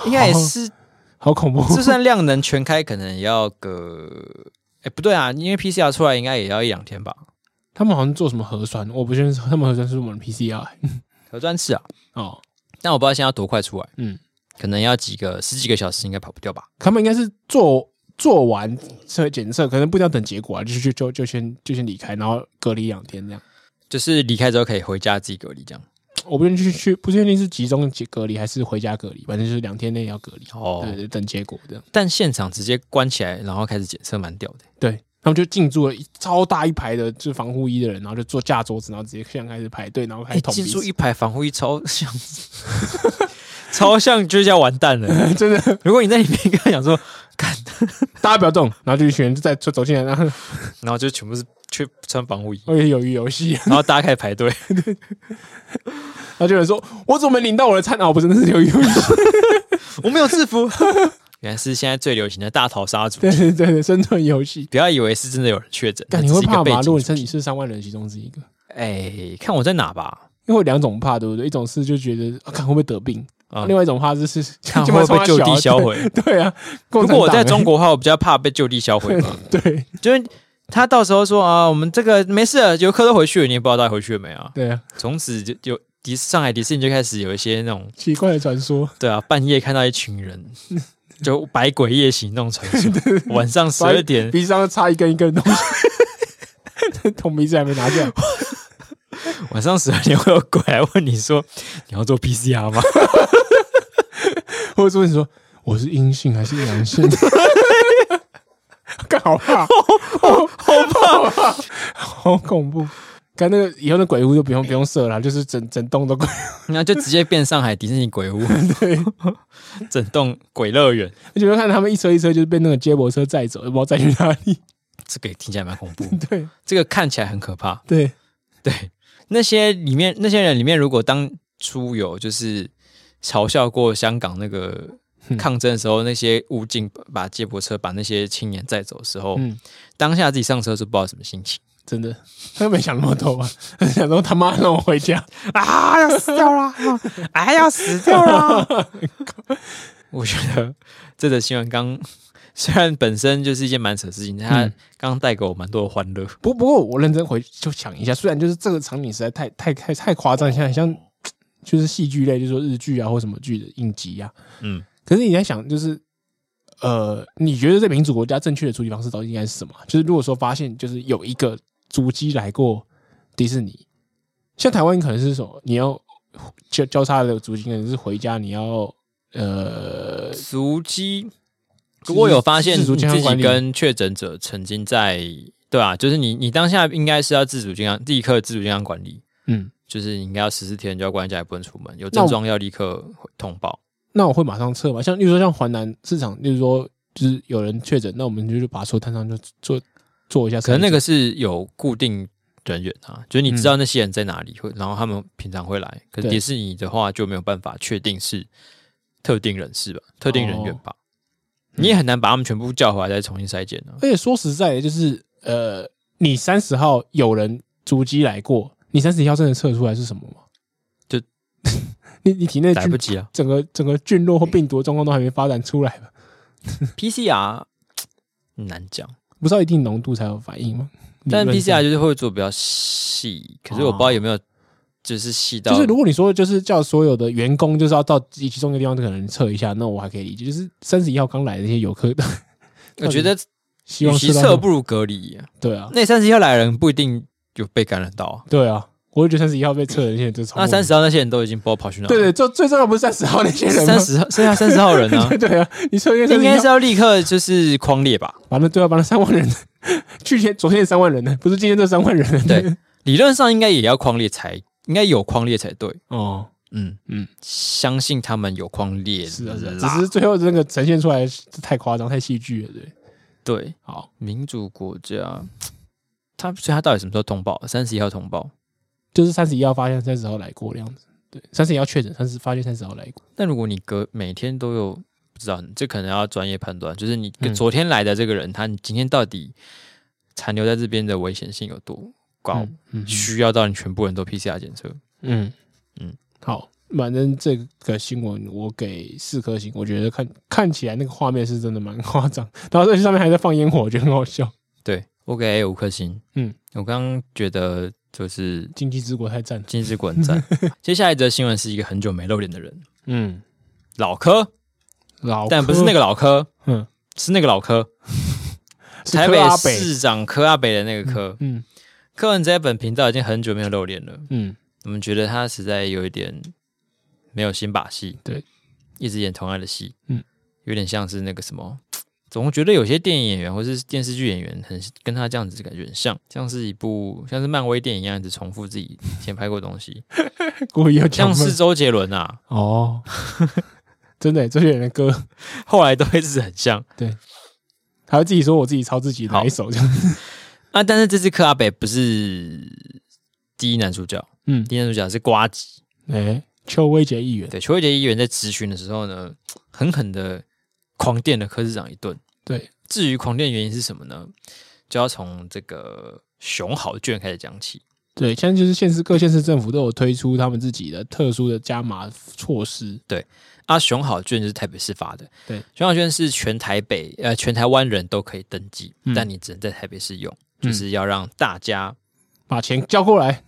应该也是，
好恐怖。
就算量能全开，可能也要个，哎、不对啊，因为 PCR 出来应该也要一两天吧。
他们好像做什么核酸，我不确定他们核酸是不是我们 PCR 欸
核酸是啊，
哦，
但我不知道现在要多快出来，
嗯，
可能要几个十几个小时，应该跑不掉吧。
他们应该是做做完测检测，可能不一定要等结果啊，就就就就先就先离开，然后隔离两天这样。
就是离开之后可以回家自己隔离这样。
我不确定去去，不确定是集中隔离还是回家隔离，反正就是两天内要隔离，
哦
对，对等结果这样。
但现场直接关起来，然后开始检测，蛮屌的。
对他们就进驻了一超大一排的，就是防护衣的人，然后就坐架桌子，然后直接现在开始排队，然后开
哎，
始捅
进
鼻子
出，一排防护衣超像， 超像就是要完蛋了。
真的，
如果你在里面跟他讲说，
大家不要动，然后就一群人就在就走进来，然后哦
然后就全部是去穿 防护衣，
而且有鱼游戏，
然后大家开始排队，
然后就有人说：“我怎么没领到我的餐？”哦，不是，那是鱿鱼游戏，
我没有制服。 原来是现在最流行的大逃杀组，
对对对对，生存游戏。
不要以为是真的有人确诊，
但你
那
会
只是一
怕
个背
吗？
景
如果你身体是三万人其中之一个，
哎，看我在哪吧，
因为有两种怕，对不对？一种是就觉得啊，看会不会得病；
啊
另外一种怕就是
看会不会被就地销。毁。
啊对对啊，
如
如
果我在中国的话，我比较怕被就地销毁吧，
对
就是。他到时候说啊，我们这个没事了，游客都回去了，你也不知道他回去了没啊？
对啊，
从此就有迪上海迪士尼就开始有一些那种
奇怪的传说，
对啊，半夜看到一 群人，就百鬼夜行那种传说，晚上十二点，
鼻子上插一根一根的东西， 捅鼻子还没拿掉，
晚上十二点会有鬼来问你说你要做 PCR 吗？
或者说你说我是阴性还是阳性？ 干好怕，好怕，好恐怖！干那个以后的鬼屋就不用不用设了啦，就是整整栋都鬼。
那就直接变上海迪士尼鬼屋，
对，
整栋鬼乐园，
而且就看他们一车一车就是被那个接驳车载走，也不知道载去哪里。
这个也听起来蛮恐怖，
对
这个看起来很可怕。
对，
对，那些里面那些人里面，如果当初有就是嘲笑过香港那个
嗯
抗争的时候，那些武警把接驳车把那些青年载走的时候，
嗯
当下自己上车是不知道什么心情
真的，他又没想那么多吧？他 想说他妈让我回家，
啊，要死掉了，啊，要死掉了。 我觉得这则新闻刚 虽然本身就是一件蛮扯的事情，但它
嗯
刚带给我蛮多的欢乐。
不不过我认真回就想一下，虽然就是这个场景实在太太太太夸张，像像就是戏剧类，就是说日剧啊或什么剧的应急啊，
嗯，
可是你在想，就是呃，你觉得在民主国家正确的处理方式到底应该是什么啊？就是如果说发现就是有一个足迹来过迪士尼，像台湾可能是什么，你要交交叉的足迹可能是回家，你要呃
足迹，如果有发现
自
你
主
自
健康管理
己跟确诊者曾经在，对啊，就是你你当下应该是要自主健康，立刻自主健康管理，
嗯，
就是你应该要十四天就要关在家，也不能出门，有
那我
症状要立刻通报。
那我会马上撤嘛。像例如说像华南市场，例如说就是有人确诊，那我们就去把所有摊商就做做一下筛检。
可能那个是有固定人员啊，就是你知道那些人在哪里，会、然后他们平常会来。可
嗯
是
对
迪士尼的话就没有办法确定是特定人士
哦
吧，特定人员吧，
嗯
你也很难把他们全部叫回来再重新筛检啊呢。
而且说实在的，就是呃，你三十号有人足迹来过，你三十一号真的测出来是什么吗？
就
你你体内
来不
菌
及啊
整个整个菌落或病毒的状况都还没发展出来吧？
，PCR 很难讲。
不是要一定浓度才有反应吗？
但
理论
PCR
上哦
就是会做比较细，可是我不知道有没有就是细到，
就是如果你说就是叫所有的员工就是要到其中一个地方可能测一下，那我还可以理解。就是三十一号刚来的那些游客，
我觉得
希
与
望
其
吃到
测
那
不如隔离、啊。
对啊，
那三十要来的人不一定有被感染到、啊，
对啊，我就觉得三十一号被测的那些人就超
那啊三十号那些人都已经不知道跑去哪
对
了。
对，最最重要不是三十号那些人吗，
三？十号剩下 三十号人呢、啊
对啊，你测应该
应该
是。
是要立刻就是框列 吧？
完了，对啊，完了，三万人， 去天昨天三万人呢，不是今天这三万人呢？
对，理论上应该也要框列才，应该有框列才对。
哦，
嗯
嗯
嗯，相信他们有框列
是啊，是啊，只
啦
是最后那个呈现出来是太夸张，太戏剧了，对。
对
好，
民主国家，他所以他到底什么时候通报？三十一号通报。
就是三十一号发现三十号来过的样子，对，三十一号确诊，三十发现三十号来过，
但如果你隔每天都有，不知道这可能要专业判断，就是你
嗯
昨天来的这个人，他你今天到底残留在这边的危险性有多高，
嗯嗯
需要到你全部人都 PCR 检测。
嗯嗯
嗯，
好，反正这个新闻我给四颗星，我觉得看看起来那个画面是真的蛮夸张， 然后而且上面还在放烟火，我觉得很好笑，
对我给 A 五颗星。
嗯，
我刚刚觉得就是《
经济之国太赞了，
金之滚 赞》。接下来则新闻是一个很久没露脸的人，
嗯，
老柯，
老
但不是那
个
个老柯，
嗯
嗯，是那个老柯，台
柯阿北，
市长柯阿北的那个柯。
嗯
柯文哲在本频道已经很久没有露脸了，
嗯，
我们觉得他实在有一点没有新把戏，
对，
一直演同样的戏，
嗯
嗯，有点像是那个什么。总觉得有些电影演员或是电视剧演员很跟他这样子感觉很像，像是一部像是漫威电影一样，一直重复自己以前拍过的东西，
故意要讲
像
吗
是周杰伦啊，
哦， 真的耶，周杰伦的歌
后来都一直很像
还会自己说我自己抄自己哪一首这样。
啊。但是这次克阿北不是第一男主角，
嗯，
第一男主角是瓜吉。
哎、邱威杰议员，
对，邱伟杰议员在质询的时候呢，狠狠的狂电了柯市长一顿。
对，
至于狂电原因是什么呢？就要从这个熊好券开始讲起。
对，现在就是县市各县市政府都有推出他们自己的特殊的加码措施。
啊，熊好券就是台北市发的，
对，
熊好券是全台北呃全台湾人都可以登记，
嗯
但你只能在台北市用，
嗯
就是要让大家
把钱交过来，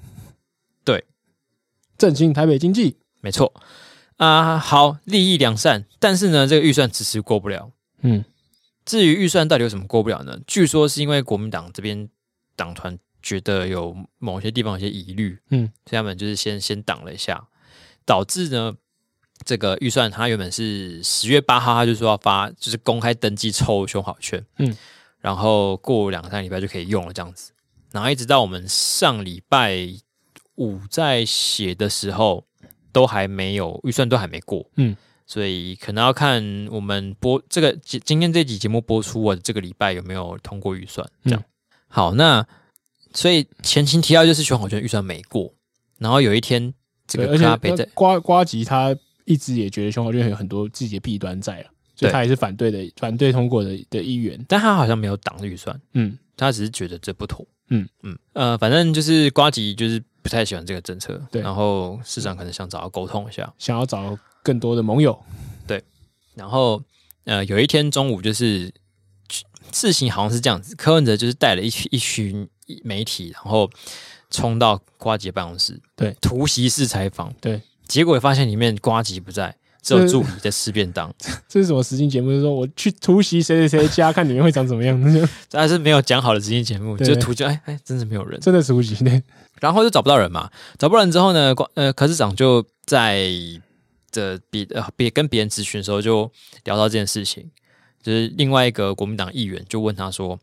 对，
振兴台北经济。
没错啊，好利益良善，但是呢，这个预算迟迟过不了。
嗯
至于预算到底有什么过不了呢？据说是因为国民党这边党团觉得有某些地方有些疑虑，
嗯，
所以他们就是先先挡了一下，导致呢这个预算它原本是十月八号，他就说要发，就是公开登记抽熊好券，
嗯，
然后过两三个礼拜就可以用了这样子，然后一直到我们上礼拜五在写的时候，都还没有预算都还没过，
嗯
所以可能要
嗯
看我们播这个今今天这集节目播出我这个礼拜有没有通过预算这样。好，那所以前情提要就是选好权预算没过，然后有一天这
对，
个
而
克拉
且
贝
那
在
瓜瓜吉他一直也觉得熊好圈有很多自己的弊端在了，啊所以
对
他也是反对的，反对通过的的一员。
但他好像没有挡预算，
嗯，
他只是觉得这不妥。
嗯
嗯，呃，反正就是瓜吉就是不太喜欢这个政策，
对
然后市长可能想找他沟通一下，
想要找更多的盟友。
然后呃，有一天中午就是事情好像是这样子，柯文哲就是带了一群一群媒体，然后冲到瓜吉的办公室，
对
突袭式采访，
对，
结果发现里面瓜吉不在，只有助理在吃 便当，
这是什么实境节目？就是说我去突袭谁谁谁家，看里面会长怎么样？ 就
这还是没有讲好的执行节目，
对
就突就哎哎，真的没有人，
真的突袭对，
然后就找不到人嘛，找不到人之后呢，瓜呃，柯市长就在这别呃别跟别人咨询的时候就聊到这件事情，就是另外一个国民党议员就问他说：“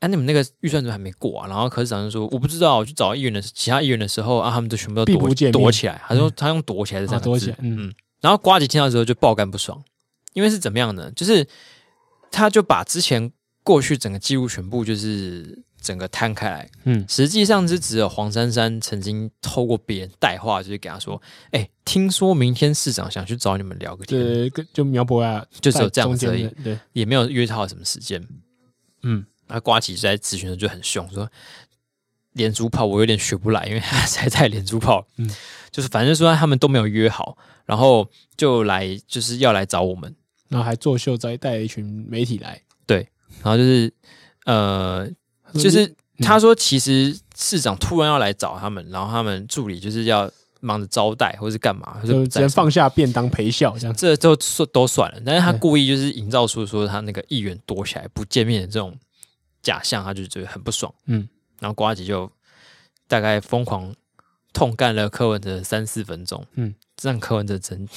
哎、你们那个预算怎么还没过啊？”然后柯市长就说：“我不知道，我去找议员的其他议员的时候啊，他们都全部都
避不见
躲
面
躲起来。”他说：“他用躲起来这三
啊
个字。
躲起来嗯
然后瓜吉听到之后就爆肝不爽，因为是怎么样呢？就是他就把之前过去整个记录全部就是整个摊开来，
嗯
实际上是只有黄珊珊曾经透过别人带话，就是给他说：“哎、听说明天市长想去找你们聊个天，
这个就苗博雅
就只有这样子而已
在中间的对，
也没有约到什么时间。”
嗯，
那瓜吉在咨询的时候就很凶，说：“哎连珠炮我有点学不来，因为他实在太连珠炮。”
嗯
嗯，就是反正说他们都没有约好，然后就来就是要来找我们，
然后还作秀，再带一群媒体来，
然后就是呃，就是他说，其实市长突然要来找他们，然后他们助理就是要忙着招待或是干嘛，或
就
者
只能放下便当陪笑这样。
这都算都算了。但是他
对
故意就是营造出说他那个议员躲起来不见面的这种假象，他就觉得很不爽。
嗯，
然后瓜吉就大概疯狂痛干了柯文哲三四分钟。
嗯，
让柯文哲真
哦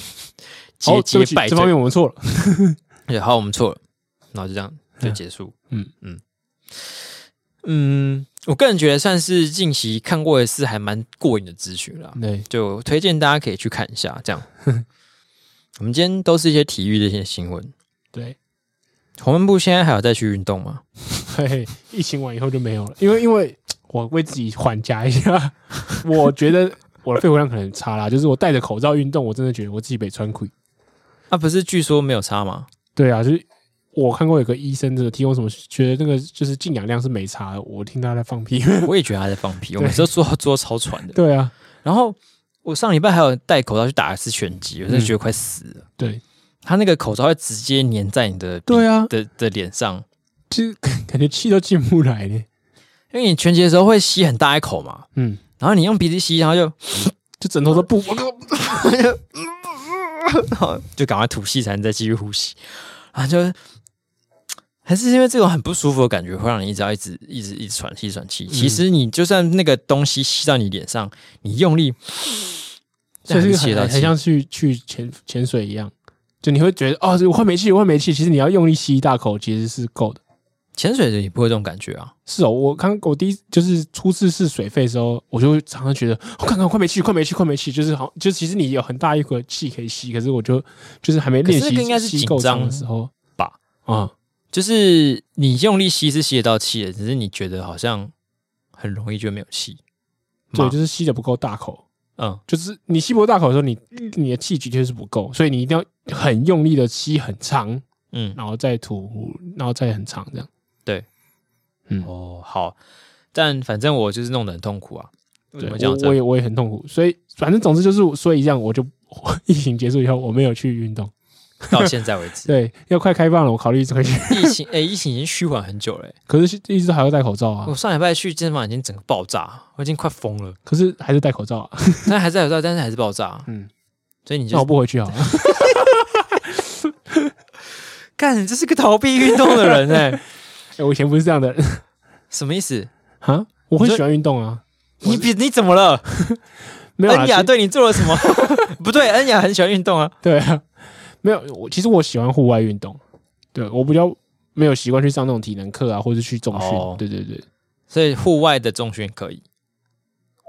节，
对
节
不起
败
这
退
方。面我们错了。
对，好，我们错了，然后就这样就结束。
嗯
嗯嗯嗯，我个人觉得算是近期看过一次还蛮过瘾的咨询了，
对，
就推荐大家可以去看一下。这样， 我们今天都是一些体育的一些新闻。
对，
黄文部现在还有在去运动吗？
嘿嘿，疫情完以 后就没有了，因为因为我为自己缓夹一下， 我觉得我的肺活量可能很差啦，就是我戴着口罩运动，我真的觉得我自己被穿溃。
啊，不是，据说没有差吗？
对啊，就是我看过有个医生，就是提供什么，觉得那个就是静氧量是没差的，我听他在放屁。
我也觉得他在放屁，我每次都做做超喘的。
对啊，
然后我上礼拜还有戴口罩去打一次拳击，我真的
嗯
觉得快死了。
对，
他那个口罩会直接粘在你的鼻
对啊
的的脸上，
就是感觉气都进不来呢。
因为你拳击的时候会吸很大一口嘛，
嗯，
然后你用鼻子吸，然后就
就枕头都不，
就赶快吐气才能再继续呼吸，啊，就还是因为这种很不舒服的感觉，会让你一直要一直一直一直喘气喘
嗯
气。其实你就算那个东西吸到你脸上，你用力，
所以
还
是
是吸
很
得到
很
气
像去去潜潜水一样。就你会觉得哦，我换煤气，我换煤气。其实你要用力吸一大口，其实是够的。
潜水的也不会有这种感觉啊。
是哦，我刚我第一就是初次试水肺的时候，我就会常常觉得，我、看看快没气，快没气，快没气，就是好，就其实你有很大一口气可以吸，可是我就就是还没练
可
习
是那个应该是
吸够
紧张
长的时候
吧，
啊、
就是你用力吸是吸得到气的，只是你觉得好像很容易就没有气。
对，
嘛
就是吸的不够大口，
嗯，
就是你吸不够大口的时候，你你的气的确是不够，所以你一定要很用力的吸很长，
嗯，
然后再吐，然后再很长这样。
哦，好，但反正我就是弄得很痛苦啊。为什
对
么讲到，
我我
这？
也我也很痛苦，所以反正总之就是，所以这样我就 疫情结束以后我没有去运动，
到现在为止，
对，要快开放了，我考虑一直回去。
疫情哎、疫情已经虚缓很久了、欸
可是一直都还要戴口罩啊
我，上礼拜去健身房已经整个爆炸，我已经快疯了，
可是还是戴口罩啊。
但还在有在，但是还是爆炸。
嗯哦
嗯，所以你
那
就
我不回去好了。
干，你这是个逃避运动的人 哎、
哎我以前不是这样的人
什么意思？
啊，我很
你说
喜欢运动啊。
你比你怎么了？
没有啦
恩雅
其实
对你做了什 么？不对，恩雅很喜欢运动啊。
对啊，没有我其实我喜欢户外运动，对我比较没有习惯去上那种体能课啊，或者去重训。
哦
对对对，
所以户外的重训可以，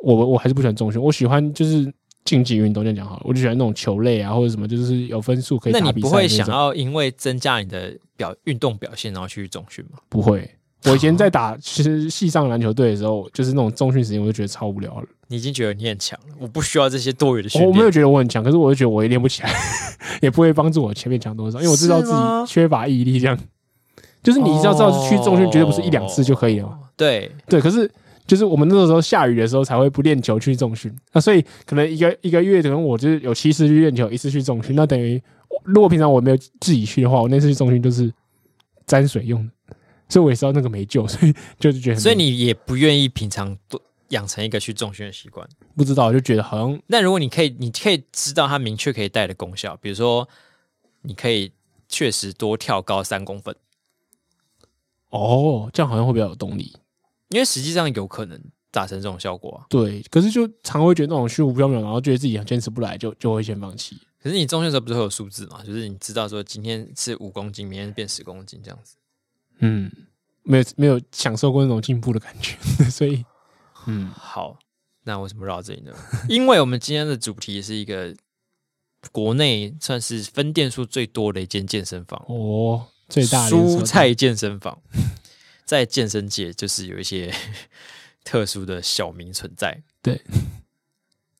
我我还是不喜欢重训，我喜欢就是竞技运动，这样讲好了，我就喜欢那种球类啊，或者什么，就是有分数可以
那
打
你
比赛
不会
那
想啊
种
要因为增加你的表运动表现，然后去重训吗？
不会，我以前在
哦
打其实系上篮球队的时候，就是那种中训时间，我就觉得超无聊了。
你已经觉得你很强了，我不需要这些多余的训
哦我
练。
没有觉得我很强，可是我就觉得我也练不起来， 也不会帮助我前面强多少，因为我知道自
是吗
己缺乏毅力。这样，就是你要知道去重训绝对不是一两次就可以了嘛。
哦对，
对，可是就是我们那个时候下雨的时候才会不练球去重训，那所以可能一个一个月，可能我就是有七次去练球，一次去重训，那等于如果平常我没有自己去的话，我那次去重训就是沾水用的，所以我也知道那个没救，所以就是觉得很
所以你也不愿意平常多养成一个去重训的习惯。
不知道，就觉得好像
那如果你可以，你可以知道它明确可以带的功效，比如说你可以确实多跳高三公分，
哦，这样好像会比较有动力。
因为实际上有可能达成这种效果啊。
对，可是就常会觉得那种虚无缥缈，然后觉得自己坚持不来，就就会先放弃。
可是你中学的时候不是会有数字嘛？就是你知道说今天是五公斤，明天变十公斤这样子。
嗯，没有没有享受过那种进步的感觉， 所以嗯，
好，那为什么绕到这里呢？因为我们今天的主题是一个国内算是分店数最多的一间健身房，
哦，最大的连锁
蔬
店
菜健身房，在健身界就是有一些 特殊的小名存在。
对，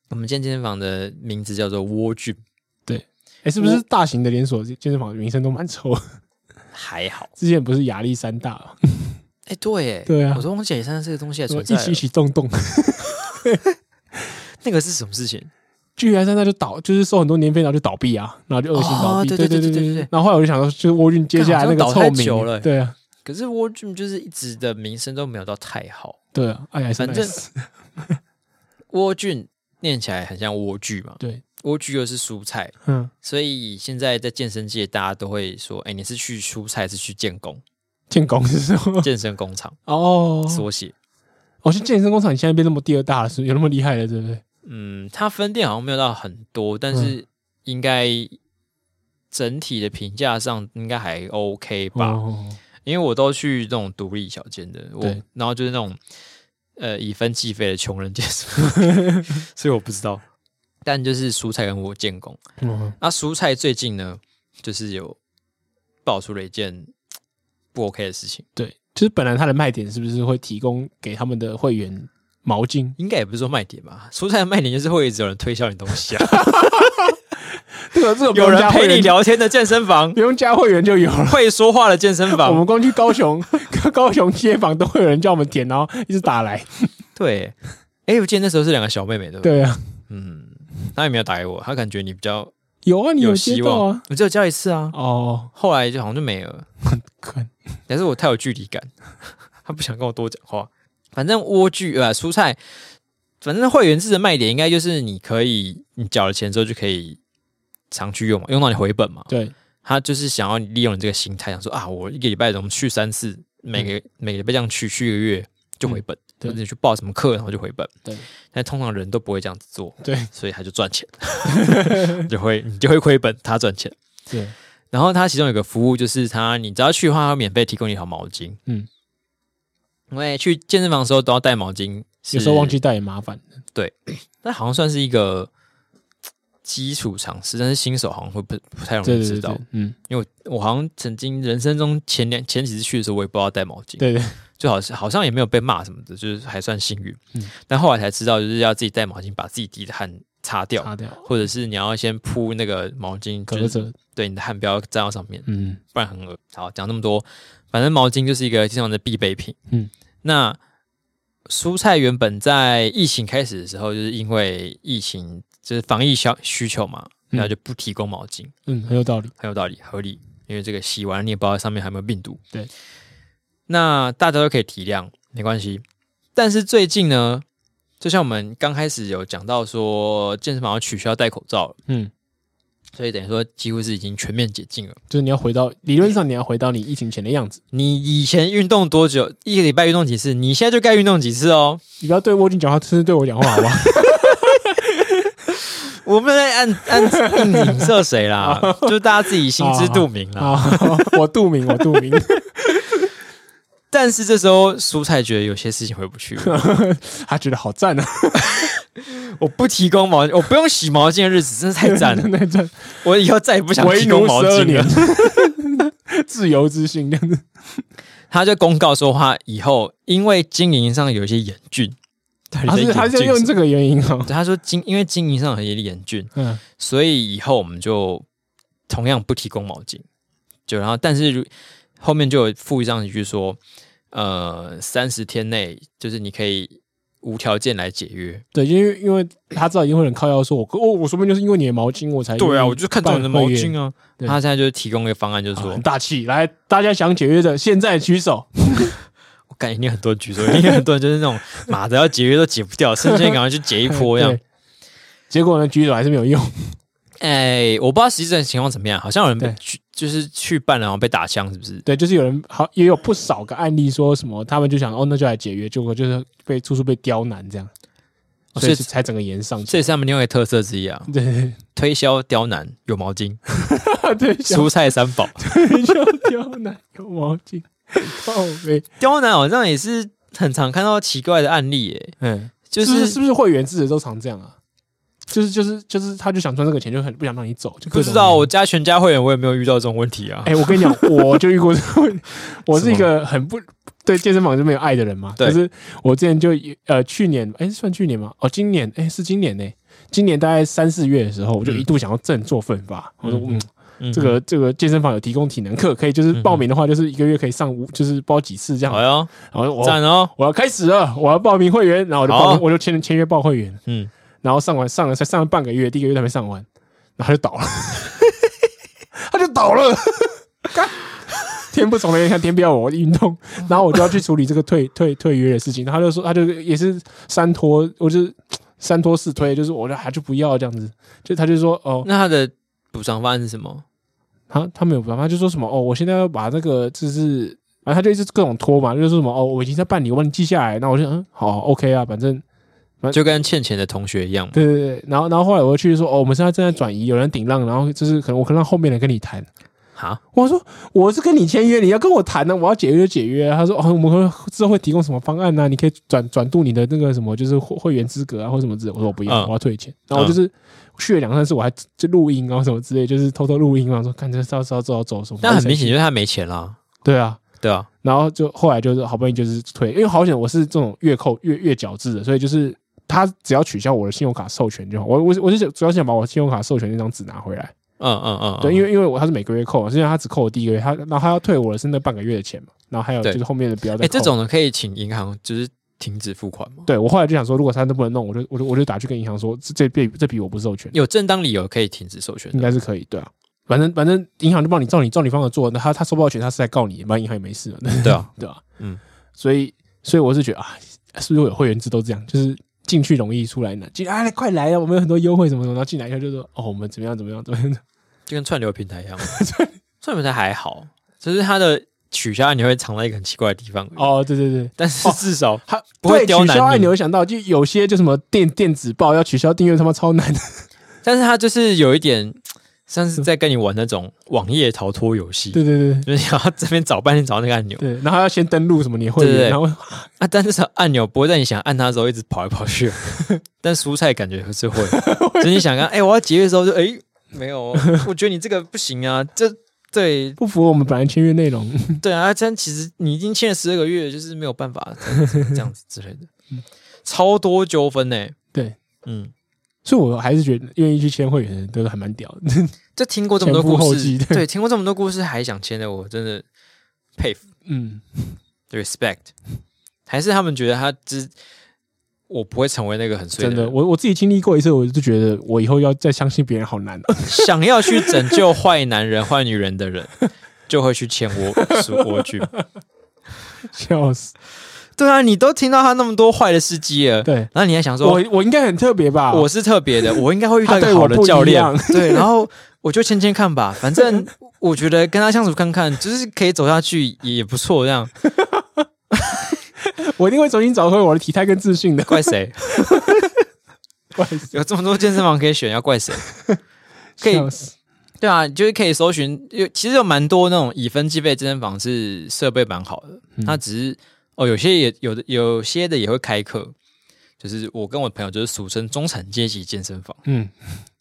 我们健身房的名字叫做蜗苣，
哎、是不是大型的连锁健身房名声都蛮臭？
还好。
之前不是亚历山大吗，
哎、对，耶，
对啊
我说忘记野山这个东西还
什么
存
一
在了
起一起动动，
那个是什么事情？
就亚历山大就倒，就是收很多年费，然后就倒闭啊，然后就恶性倒
哦
闭。
对
对
对
对
对对对
然后后来我就想说，就是沃运接下来那
干好
个
像倒
臭
太久
名，
了
对啊，
可是蜗苣就是一直的名声都没有到太好。
对啊，哎呀，
反正
nice
蜗苣念起来很像莴苣嘛，
对，
莴苣又是蔬菜，
嗯，
所以现在在健身界大家都会说，哎、你是去蔬菜，是去健工
建工是什么？
健身工厂
哦，
缩写。
哦，是健身工厂，你现在变那么第二大了，是不是有那么厉害了，对不对？
嗯，它分店好像没有到很多，但是应该整体的评价上应该还 OK 吧。
哦，
因为我都去那种独立小间的，我
对
然后就是那种呃以分计费的穷人健身， 所以我不知道。但就是蔬菜跟我建工，
嗯，
那蔬菜最近呢，就是有爆出了一件不 OK 的事情，
对，就是本来它的卖点是不是会提供给他们的会员毛巾？
应该也不是说卖点吧？蔬菜的卖点就是会一直有人推销你东西啊，
这个这个不
有
用
人
加会
陪
员
你，聊天的健身 房
不，用加会员就有了。
会说话的健身
我
房
们，光去高雄，高雄街坊都会有人叫我们点，然后一直打来。
对。哎，我记得那时候是两个小妹妹，对不对？
对啊，
嗯，她也没有打给我，她感觉你比较
有啊，你接
希
到
望
啊。。
我只有教一次啊，
哦，
后来就好像就没了。
看，
但是我太有距离感， 他不想跟我多讲话。反正莴苣呃蔬菜，反正会员制的卖点应该就是你可以你缴了钱之后就可以常去用嘛，用到你回本嘛。
对，
他就是想要你利用你这个心态，想说啊，我一个礼拜怎么去三次，每个、每个礼拜这样去，去一个月就回本，
嗯对
或者你去报什么课然后就回本。
对，
但通常人都不会这样子做，
对，
所以他就赚钱， 就会你就会亏本，他赚钱。
对，
然后它其中有一个服务就是它，你只要去的话，它会免费提供你一条毛巾。
嗯
嗯，因为去健身房的时候都要带毛巾，
有时候忘，记带也麻烦。
那好像算是一个嘖基础常识，但是新手好像会不不太容
对
易
对
知
对
道
对。，嗯，
因为我我好像曾经人生中前两前几次去的时候，我也不知道带毛巾，
对对，
就好像好像也没有被骂什么的，就是还算幸运。
嗯
但后来才知道，就是要自己带毛巾，把自己滴的汗擦掉，
擦掉，
或者是你要先铺那个毛巾，
隔
就是
着，
对你的汗不要沾到上面。
嗯，
不然很恶。好，讲那么多，反正毛巾就是一个经常的必备品。
嗯，
那蔬菜原本在疫情开始的时候，就是因为疫情就是防疫消需求嘛，
嗯
然后就不提供毛巾，
嗯，很有道理。
很有道理，合理。因为这个洗完你也不知道上面还有没有病毒。
对，
那大家都可以体谅，没关系。但是最近呢，就像我们刚开始有讲到说，健身房要取消戴口罩了，
嗯，
所以等于说几乎是已经全面解禁了。
就是你要回到理论上，你要回到你疫情前的样子。
你以前运动多久？一个礼拜运动几次？你现在就该运动几次哦。
你不要对沃金讲话，甚至对我讲话，好不好？
我们在按按硬影射谁 啦？
哦
就大家自 己心知肚明啦。
啊， 我杜明，我杜明，
但是这时候蔬菜觉得有些事情回不去 了，
他觉得好赞啊，
我不提供毛，我不用洗 毛巾的日子真是太赞了。
那阵
我以后再也不想
为
提
奴
供
十
毛
二
巾
年
了。
自由之心这样子。
他就公告说他以后因为经营上有一些严峻，到底
他啊是他
严
是
峻
用
什么
这个原因哦，
对他说经因为经营上有一些严峻，
嗯，
所以以后我们就同样不提供毛巾。就然后，但是如后面就有附上一句说，呃，三十天内就是你可以无条件来解约。
对，因为因为他知道一定会有人靠腰说我哦，我说不定就是因为你的毛巾我才
对啊，
愿意
我就看到你的
办
毛
会员
巾啊。
对
他现在就提供一个方案，就是
啊
说，
很大气，来，大家想解约的现在举手。
我感觉一定很多人举手，一定很多人就是 那种妈的要解约都解不掉，趁现在赶快去解一波这样
对。结果呢，举手还是没有用。
哎，我不知道实际的情况怎么样，好像有人被
对
去就是去办了，然后被打枪，是不是？
对，就是有人好也有不少个案例说什么，他们就想哦，那就来解约，结果就是被处处被刁难这样，
哦
所以
所以
才整个延上去。
这也是他们另外一个特色之一啊，
对对
推销刁难有毛巾。
对对，小
蔬菜三宝。
腿就刁难有毛巾， 靠背，
刁难好像也是很常看到奇怪的案例耶，
嗯，
就是
不
是
是是不是会员制的都常这样啊？就是就是就是，他就想赚这个钱，就很不想让你走，就各
不
种
知道
原因
我加全家会员，我也没有遇到这种问题啊。
哎、我跟你讲，我就遇过这个问题。我是一个很不对健身房就没有爱的人嘛。
对
可是我之前就有呃去年，哎、算去年吗？哦，今年，哎、是今年呢、今年大概三四月的时候，我就一度想要振作奋发。我说，嗯，
嗯
这个这个健身房有提供体能课，可以就是报名的话，就是一个月可以上五，就是包几次这样
嗯好。哟，
然后我
赞哦，
我要开始了，我要报名会员，然后我就报
好
名，我就签签约报会员，
嗯，
然后上完上了才上了半个月，第一个月都还没上完，然后他就倒了， 他就倒了， 干天不从人愿，看天不要我我运动，然后我就要去处理这个退 退退约的事情，然后他就说他就也是三拖，我就是三拖四推，就是我就还就不要这样子，就他就说哦，
那他的补偿方案是什么？
他他没有办法，他就说什么哦，我现在要把那个就是，反正他就一直各种拖嘛，就是说什么哦，我已经在办理，我帮你记下来，那我就嗯好 OK 啊，反正
就跟欠钱的同学一样嘛，
对对对，然后然后后来我又去说，哦，我们现在正在转移，有人顶浪，然后就是可能我可以让后面的人跟你谈。
哈，
我说我是跟你签约，你要跟我谈呢、我要解约就解约、啊。他说哦，我们会之后会提供什么方案呢、你可以转转渡你的那个什么，就是会会员资格啊，或什么之类的。我说我不要，
嗯
我要退钱。然后我就是去了两三次，我还就录音啊什么之类，就是偷偷录音啊，说看这到到走走什么。
但很明显就是他没钱啦，
对啊，
对啊，
然后就后来就是好不容易就是退，因为好险我是这种月扣月月缴制的，所以就是他只要取消我的信用卡授权就好。我我我是想主要想把我信用卡授权那张纸拿回来，
嗯嗯嗯，
对，因
为
为因为我他是每个月扣嘛，所以他只扣我第一个月，他然后他要退我的是那半个月的钱嘛，然后还有
对
就是后面的不要再扣。
哎，这种的可以请银行就是停止付款吗？
对我后来就想说，如果他都不能弄，我就我就我就打去跟银行说，这这笔这笔我不授权，
有正当理由可以停止授权
应
的，
该是可以，对啊。反正反正银行就帮你照你照你方法做，那他他收不到钱，他是在告你，反正银行也没事嘛。
对啊，
对吧？
嗯
嗯，所以所以我是觉得啊，是不是有会员制都这样，就是进去容易出来难，进啊来快来啊，我们有很多优惠什么什么，然后进来一下就说哦，我们怎么样怎么样怎么样，
就跟串流平台一 样，串流平台还好，就是它的取消你会藏在一个很奇怪的地方，
哦，对对对。
但是至少
他
不会
对
刁
取
难
消按
你
钮，想到就有些就什么电电子报要取消订阅，他妈超难 的。
但是它就是有一点像是在跟你玩那种网页逃脱游戏，
对对对
就是你要这边找半天找那个按钮
对，然后要先登录什么你会
对对
员，
对
然后
啊，但是按钮不会在你想按它的时候一直跑来跑去， 但蔬菜感觉 是会，就是你想看，哎、我要节约的时候就哎、没有，我觉得你这个不行啊，这对
不符合我们本来签约内容。
对啊，但其实你已经欠了十二个月，就是没有办法这样子之类的，
嗯
超多纠纷呢，
对，
嗯。
所以我还是觉得愿意去签会员的人都是还蛮屌的。
就听过这么多
前赴
故
后
事
继，对
对，听过这么多故事还想签的，我真的佩服。
嗯，
respect，还是他们觉得他只我不会成为那个很衰
真
的
的，
人，
我我自己经历过一次，我就觉得我以后要再相信别人好难。
想要去拯救坏男人、坏女人的人，就会去签我赎国剧。
笑死。
对啊，你都听到他那么多坏的事迹了，
对，
然后你还想说
我我应该很特别吧？
我是特别的，我应该会遇到一
他
个
对我
好的
不一
教练
样，
对，然后我就签签看吧，反正我觉得跟他相处看看，就是可以走下去也不错，这样
我一定会重新找回我的体态跟自 信的。
怪谁？
不好意思
有这么多健身房可以选，要怪谁？可以
笑死
对啊，就是可以搜寻，有其实有蛮多那种以分计费健身房是设备蛮好的，
嗯
它只是哦，有些也有的有些的也会开课，就是我跟我朋友就是俗称中产阶级健身房，
嗯，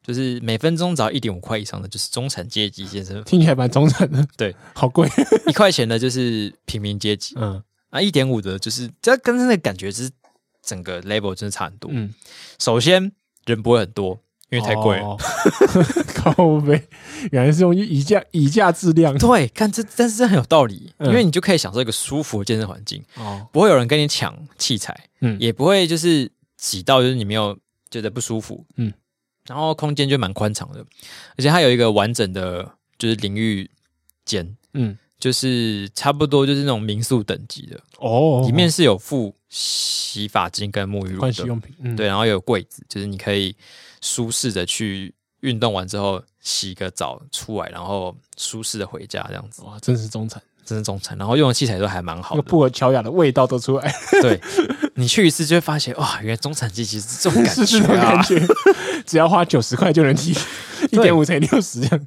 就是每分钟只要一点五块以上的，就是中产阶级健 身房；
听起来蛮中产的，
对，
好贵，
一块钱的就是平民阶级，
嗯
啊，一点五的就是这跟那个感觉是整个 level 真的差很多。
嗯，
首先人不会很多，因为太贵了。
哦， 靠背，原来是用以价以价质量
对，看这，但是这很有道理，
嗯
因为你就可以享受一个舒服的健身环境，
哦，
不会有人跟你抢器材，
嗯
也不会就是挤到就是你没有觉得不舒服，
嗯，
然后空间就蛮宽敞的，而且它有一个完整的就是淋浴间，
嗯，
就是差不多就是那种民宿等级的，
哦，
里面是有附洗发精跟沐浴
换
露
洗
的，
用品，嗯，
对，然后啊有柜子，就是你可以舒适的去运动完之后洗个澡出来，然后舒适的回家这样子，
哇，真是中产，
真是中产。然后用的器材都还蛮好
那个
的，
布尔乔亚的味道都出来，
对你去一次就会发现，哇，原来中产阶级是这种感
是这
觉
种感
啊！
觉， 只要花九十块就能提一
对
点五乘六十这样，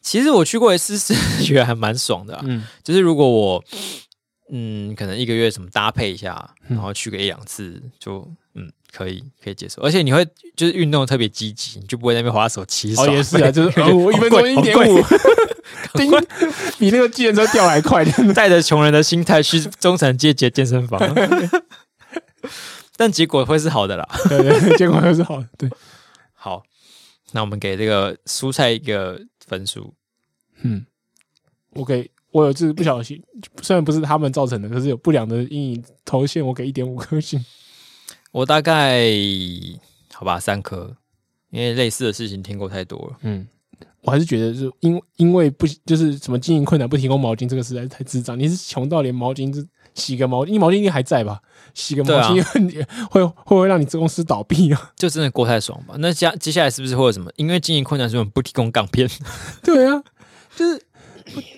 其实我去过一次，是 觉得还蛮爽的啊、
嗯
就是如果我嗯，可能一个月什么搭配一下，
嗯
然后去个一两次，就嗯可以可以接受。而且你会就是运动特别积极，你就不会在那边划手机。
哦
耍
也是
废
啊，就是
因为
哦我一分钟一
好
点
贵
五
好 贵，
叮，比那个计程车掉还快，真的
带着穷人的心态去中产阶级的健身房， 但结果会是好的啦。
对对，对结果还是好的，对，
好，那我们给这个蔬菜一个分数，
嗯，我给我有次不小心，虽然不是他们造成的，可是有不良的阴影头线，我给一点五颗星。
我大概好吧三颗，因为类似的事情听过太多了。
嗯，我还是觉得是因因为不就是什么经营困难不提供毛巾，这个实在是太智障。你是穷到连毛巾洗个毛巾，因为毛巾一定还在吧？洗个毛
对啊
巾、会会不会让你公司倒闭啊？
就真的过太爽吧？那接接下来是不是会有什么？因为经营困难，所以我们不提供港片。
对啊，就是。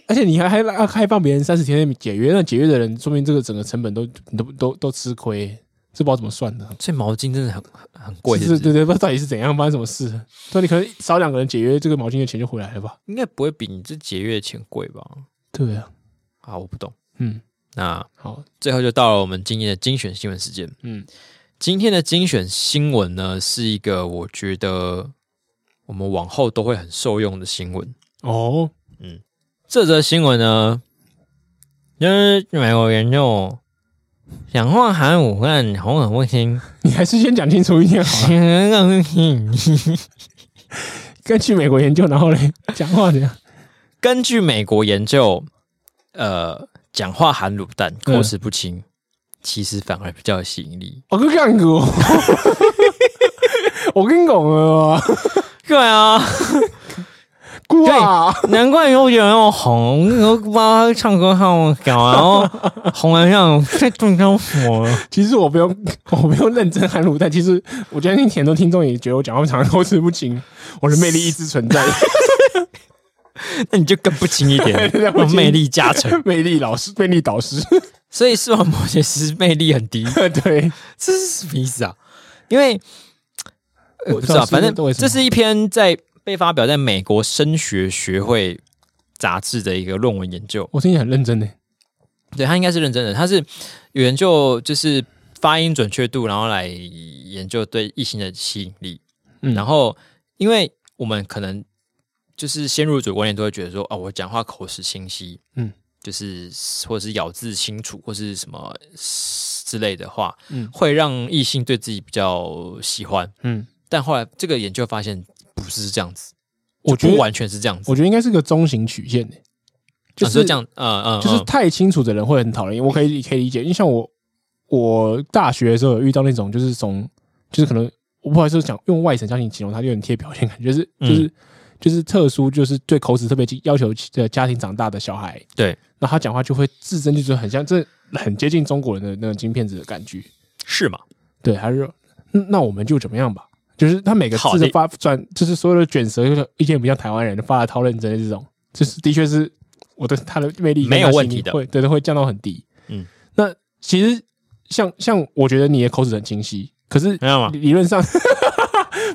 而且你还还要开放别人三十天内解约，那解约的人说明这个整个成本都你都都都吃亏，这不知道怎么算的。
所以毛巾真的很很很贵，是
是
不
是，对
是？
对，不知道到底是怎样发生什么事。所以你可能少两个人解约，这个毛巾的钱就回来了吧？
应该不会比你这节约的钱贵吧？
对啊，
啊，我不懂。
嗯，
那
好，
最后就到了我们今天的精选新闻时间。
嗯
今天的精选新闻呢，是一个我觉得我们往后都会很受用的新闻。
哦，
这则新闻呢，就是美国研究氧化含武汉红很卫星，
你还是先讲清楚一点好了。跟去美国研究，然后嘞，讲话怎样？
根据美国研究，呃，讲话含卤蛋，口齿不清，其实反而比较有吸引力。
我跟干过，
哦
我跟你讲了，
哦对啊，
姑啊，
难怪有点要红，我不知道他唱歌好搞啊，然 后红完让太中招我了。
其实我不用，我不用认真喊卤蛋。其实我觉得你很多听众也觉得我讲话常常口齿不清，我的魅 力一直存在，
那你就更不轻一 点
对不，轻
魅力加成。
魅力老师，魅力导师，
所以视网膜其实魅力很低，
对，
这是什么意思啊？因为呃
我
不知道，
知道
反正
是为什么
这是一篇在被发表在美国声学学会杂志的一个论文研究。
我听起来很认真呢。
对他应该是认真的，他是有研究就是发音准确度，然后来研究对异性的吸引力。
嗯
然后因为我们可能就是先入主观念都会觉得说，哦，我讲话口齿清晰，
嗯，
就是或者是咬字清楚，或是什么之类的话，
嗯
会让异性对自己比较喜欢。
嗯，
但后来这个研究发现不是这样子，
我
就
觉
不
得
完全是这样子，
我觉得应该是个中型曲线的，就
啊
是
这样，嗯嗯，
就是
嗯
太清楚的人会很讨厌，我可以可以理解，因为像我，我大学的时候有遇到那种，就是从就是可能我不好意思讲用外省家庭形容，他就很贴标签感，就是
嗯
就是、就是特殊，就是对口齿特别要求的家庭长大的小孩，
对，
那他讲话就会自身就是很像，这很接近中国人的那种金片子的感觉，
是嘛？
对，还是说嗯那我们就怎么样吧，就是他每个
好
字的
的
发转，就是所有的卷舌，就是一点不像台湾人发的超认真的这种，就是的确是我的他的魅力跟
没有
他吸
问
引
题
力
的
会对都会降到很低。
嗯，
那其实像像我觉得你的口齿很清晰，可是
没有啊吗？
理论上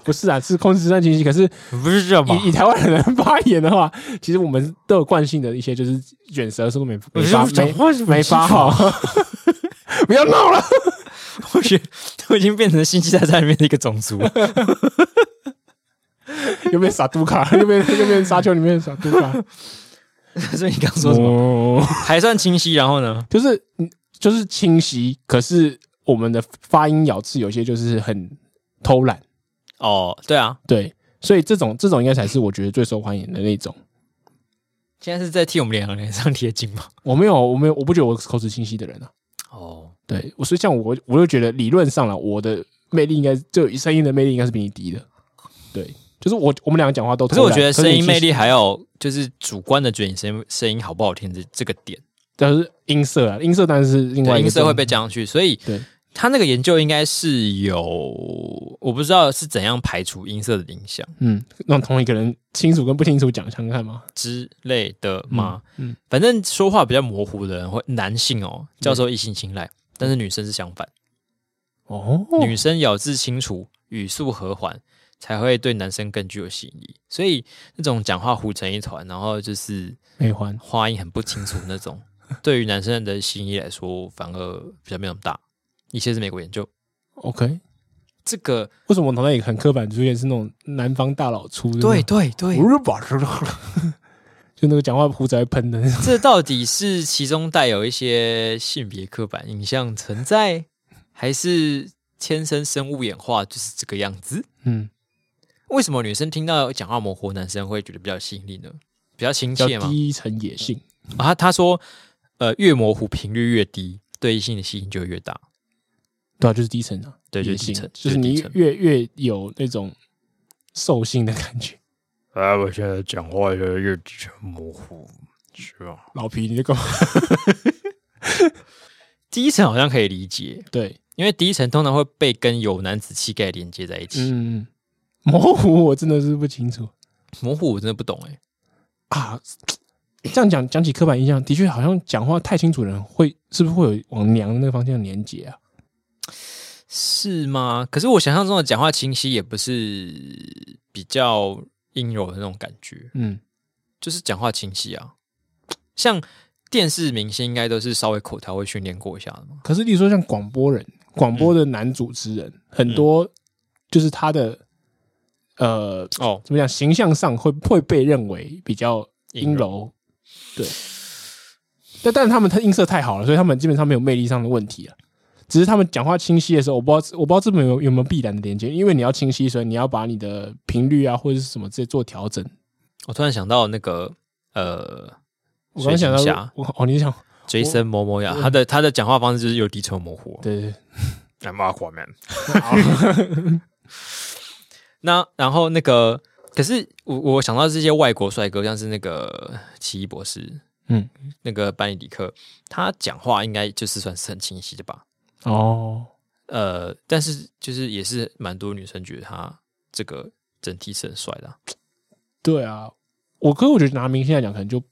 不是啊，是口齿很清晰，可是
不是这样吧？
以以台湾人的发言的话，其实我们都有惯性的一些就是卷舌速度没没发没
话，
没发好，不要闹了。
我觉得我已经变成星际大战里面的一个种族了。
又变傻杜卡，又变又变沙丘里面的傻杜卡。
所以你刚说什么？
哦，
还算清晰，然后呢？
就是嗯就是清晰，可是我们的发音咬字有些就是很偷懒，
哦，对啊，
对，所以这种这种应该才是我觉得最受欢迎的那种。
现在是在替我们两个人上贴金吗？
我没有，我没有，我不觉得我是口齿清晰的人啊。
哦，
对，我所以像我，我就觉得理论上了，我的魅力应该就声音的魅力应该是比你低的。对，就是我我们两个讲话都
可
偷懒，
是我觉得声音
可是
魅
你其
力
实，
还有就是主观的觉得你声音声音好不好听这这个点，
但是音色啊，音色当然是另外
对，
一个
音色会被
重
加上去，所以
对
他那个研究应该是有，我不知道是怎样排除音色的影响
嗯，让同一个人清楚跟不清楚讲，想看吗？
之类的嘛。
嗯嗯嗯
反正说话比较模糊的人会男性哦，教授异性青睐，但是女生是相反，
哦，
女生咬字清楚，语速和缓，才会对男生更具有吸引力。所以那种讲话糊成一团，然后就是
美环
话音很不清楚 那种，对于男生的吸引力来说，反而比较没有那么大。一些是美国研究，
，OK。
这个
为什么我脑袋里很刻板出现是那种南方大老粗？
对，对对，
我是把这 就那个讲话胡子还喷的那种。
这到底是其中带有一些性别刻板印象存在，还是天生生物演化就是这个样子？
嗯，
为什么女生听到讲话模糊，男生会觉得比较有吸引力呢？比较 亲
叫
切吗？
低层野性。
啊，他他说，呃，越模糊频率越低，对异性的吸引就越大。
对啊，就是低沉啊，
对就是
野
低
性
沉
就
就是是
你
低沉
越越有那种兽性的感觉。
啊，我现在讲话越来越模糊，是吧？
老皮，你在干嘛？
低沉好像可以理解，
对，
因为低沉通常会被跟有男子气概连接在一起。
嗯， 模糊我真的是不清楚
模糊我真的不懂哎、
啊。这样讲讲起刻板印象，的确好像讲话太清楚的人会是不是会有往娘的那个方向连接啊？
是吗？可是我想象中的讲话清晰，也不是比较阴柔的那种感觉，
嗯，
就是讲话清晰啊。像电视明星应该都是稍微口条会训练过一下的嘛。
可是例如说像广播人，广播的男主持人、很多就是他的呃
哦，
怎么讲形象上会会被认为比较阴
阴
柔，对。但但是他们他音色太好了，所以他们基本上没有魅力上的问题了。只是他们讲话清晰的时候，我不知道我不知道这边有有没有必然的连接，因为你要清晰，所以你要把你的频率啊或者是什么这做调整。
我突然想到那个呃
我刚想
水行
到
侠，
我嗯哦，你想
，Jason m o m o 呀，他的他的讲话方式就是有低沉有模糊。
对对
I'm Aquaman。
对，
那然后那个，可是我我想到这些外国帅哥，像是那个奇异博士，
嗯，
那个班尼迪克，他讲话应该就是算是很清晰的吧？
哦，
呃，但是就是也是蛮多女生觉得他这个整体是很帅的啊、
对啊，我可是我觉得拿明星来讲，可能就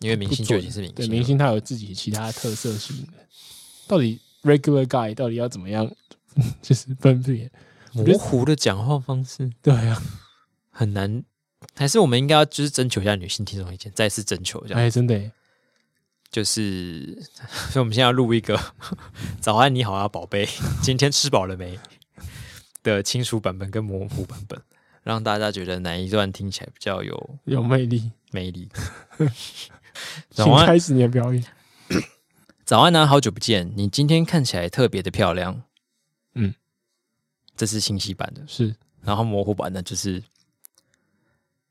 因为明星
不
就
准
已经是明星
对
了，
明星他有自己其他特色性的。到底 regular guy 到底要怎么样， 就是分辨？
模糊的讲话方式
对啊，
很难。还是我们应该要就是征求一下女性听众意见，再次征求一下，
哎，真的耶，
就是所以我们现在要录一个 早安你好啊宝贝，今天吃饱了没的清楚版本跟模糊版本，让大家觉得哪一段听起来比较有
有魅力，
魅力。早
请
安
开始你的表演。
早安啊，好久不见！你今天看起来特别的漂亮。
嗯，
这是清晰版的，
是
然后模糊版的就是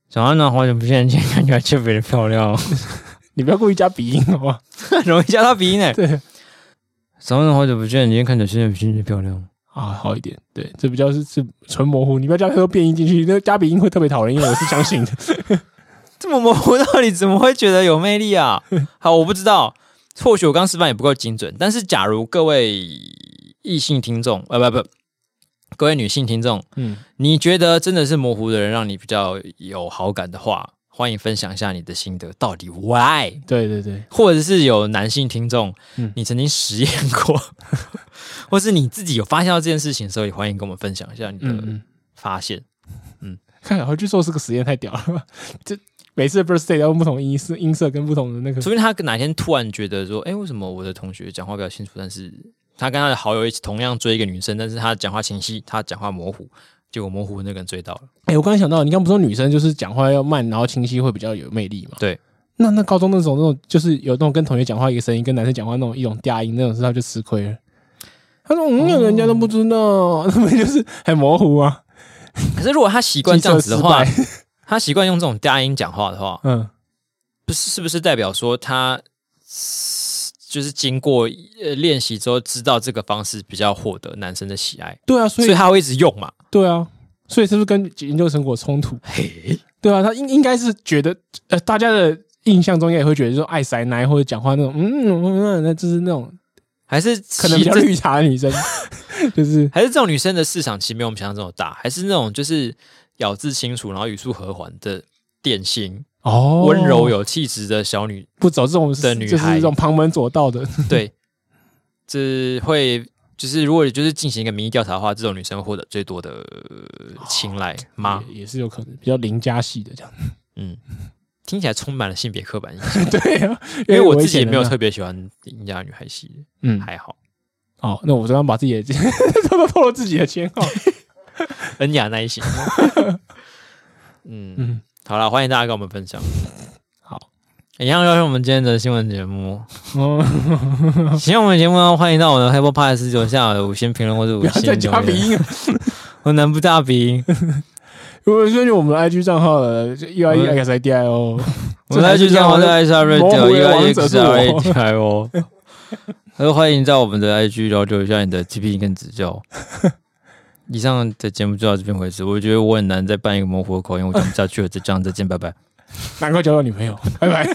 早安啊，好久不见！今天看起来特别的漂 亮，
你不要故意加鼻音好 吗？
很容易加到鼻音哎。
对
早安啊，好久不见！你今天看起来特别的漂亮。
啊，好一点，对，这比较是是纯模糊，你不要加太多变音进去，那加鼻音会特别讨人厌，我是相 信的。
这么模糊，到底怎么会觉得有魅力 啊？好，我不知道，或许我刚示范也不够精准，但是假如各位异性听众，呃，不不，各位女性听众，
嗯，
你觉得真的是模糊的人让你比较有好感的话，欢迎分享一下你的心得，到底 why？
对对对，
或者是有男性听众，
嗯
你曾经实验过， 或是你自己有发现到这件事情的时候，也欢迎跟我们分享一下你
嗯
的
嗯，
发现。
看来回去做这个实验太屌了， 这每次的 birthday 要用不同音色、音色跟不同的那个
除非他哪天突然觉得说，哎、为什么我的同学讲话比较清楚，但是他跟他的好友一起同样追一个女生，但是他讲话清晰，他讲话模糊，结果模糊的那个人追到了。
哎、我刚才想到，你刚不是说女生就是讲话要慢，然后清晰会比较有魅力嘛？
对。
那那高中那种那种，就是有那种跟同学讲话一个声音，跟男生讲话那种一种嗲音那种，时候就吃亏了。他说：“嗯，那人家都不知道， 他们就是很模糊啊。
可是如果他习惯这样子的话
计，
他习惯用这种嗲音讲话的话”，
嗯，
不是是不是代表说他就是经过呃练习之后，知道这个方式比较获得男生的喜爱，
对啊，所
所
以
以他会一直用嘛？
对啊，所以是不是跟研究成果冲突？
嘿，
对啊，他应应该是觉得，呃，大家的印象中应该也会觉得，说爱塞奶或者讲话那种，嗯，嗯嗯那就是那种
还是
可能比较
其实这
绿茶的女生， 就是
还是这种女生的市场其实没有我们想象这么大，还是那种就是咬字清楚，然后语速和缓的典型、
哦
温柔有气质的 小女，
不走这种
的女
就是
孩
这种旁门左道的，
对，这会就是如果就是进行一个民意调查的话，这种女生获得最多的呃青睐吗？
也也是有可能比较邻家系的这样。
嗯，听起来充满了性别刻板印象，
对啊，
因为我自
以
己
前
也没有
呢
特别喜欢邻家女孩系，
嗯，
还好。
哦，那我刚刚把自己的偷 偷透露自己的 偏好，
恩雅那一型。嗯，
嗯，
好了，欢迎大家跟我们分享。
好，
一样要是我们今天的新闻节目，
哦，
喜欢我们的节目呢，欢迎到我们的 Apple Podcast 留下五星评论或者五
不要
星
再加鼻
留言。
音了。啊
我南部大鼻，
如果根据我们的 IG 账号呃就 U I E X I D I O，
我在去上我的 i s r a d i
模
o
糊
e
的
i
王者
x
是
r
我
a d i o 还有欢迎在我们的 IG 了解一下你的批评跟指教。以上的节目就到这边为止，我觉得我很难再扮一个模糊的口音，我讲不下去了，就这样，再见，拜拜。
难怪交到女朋友，拜拜。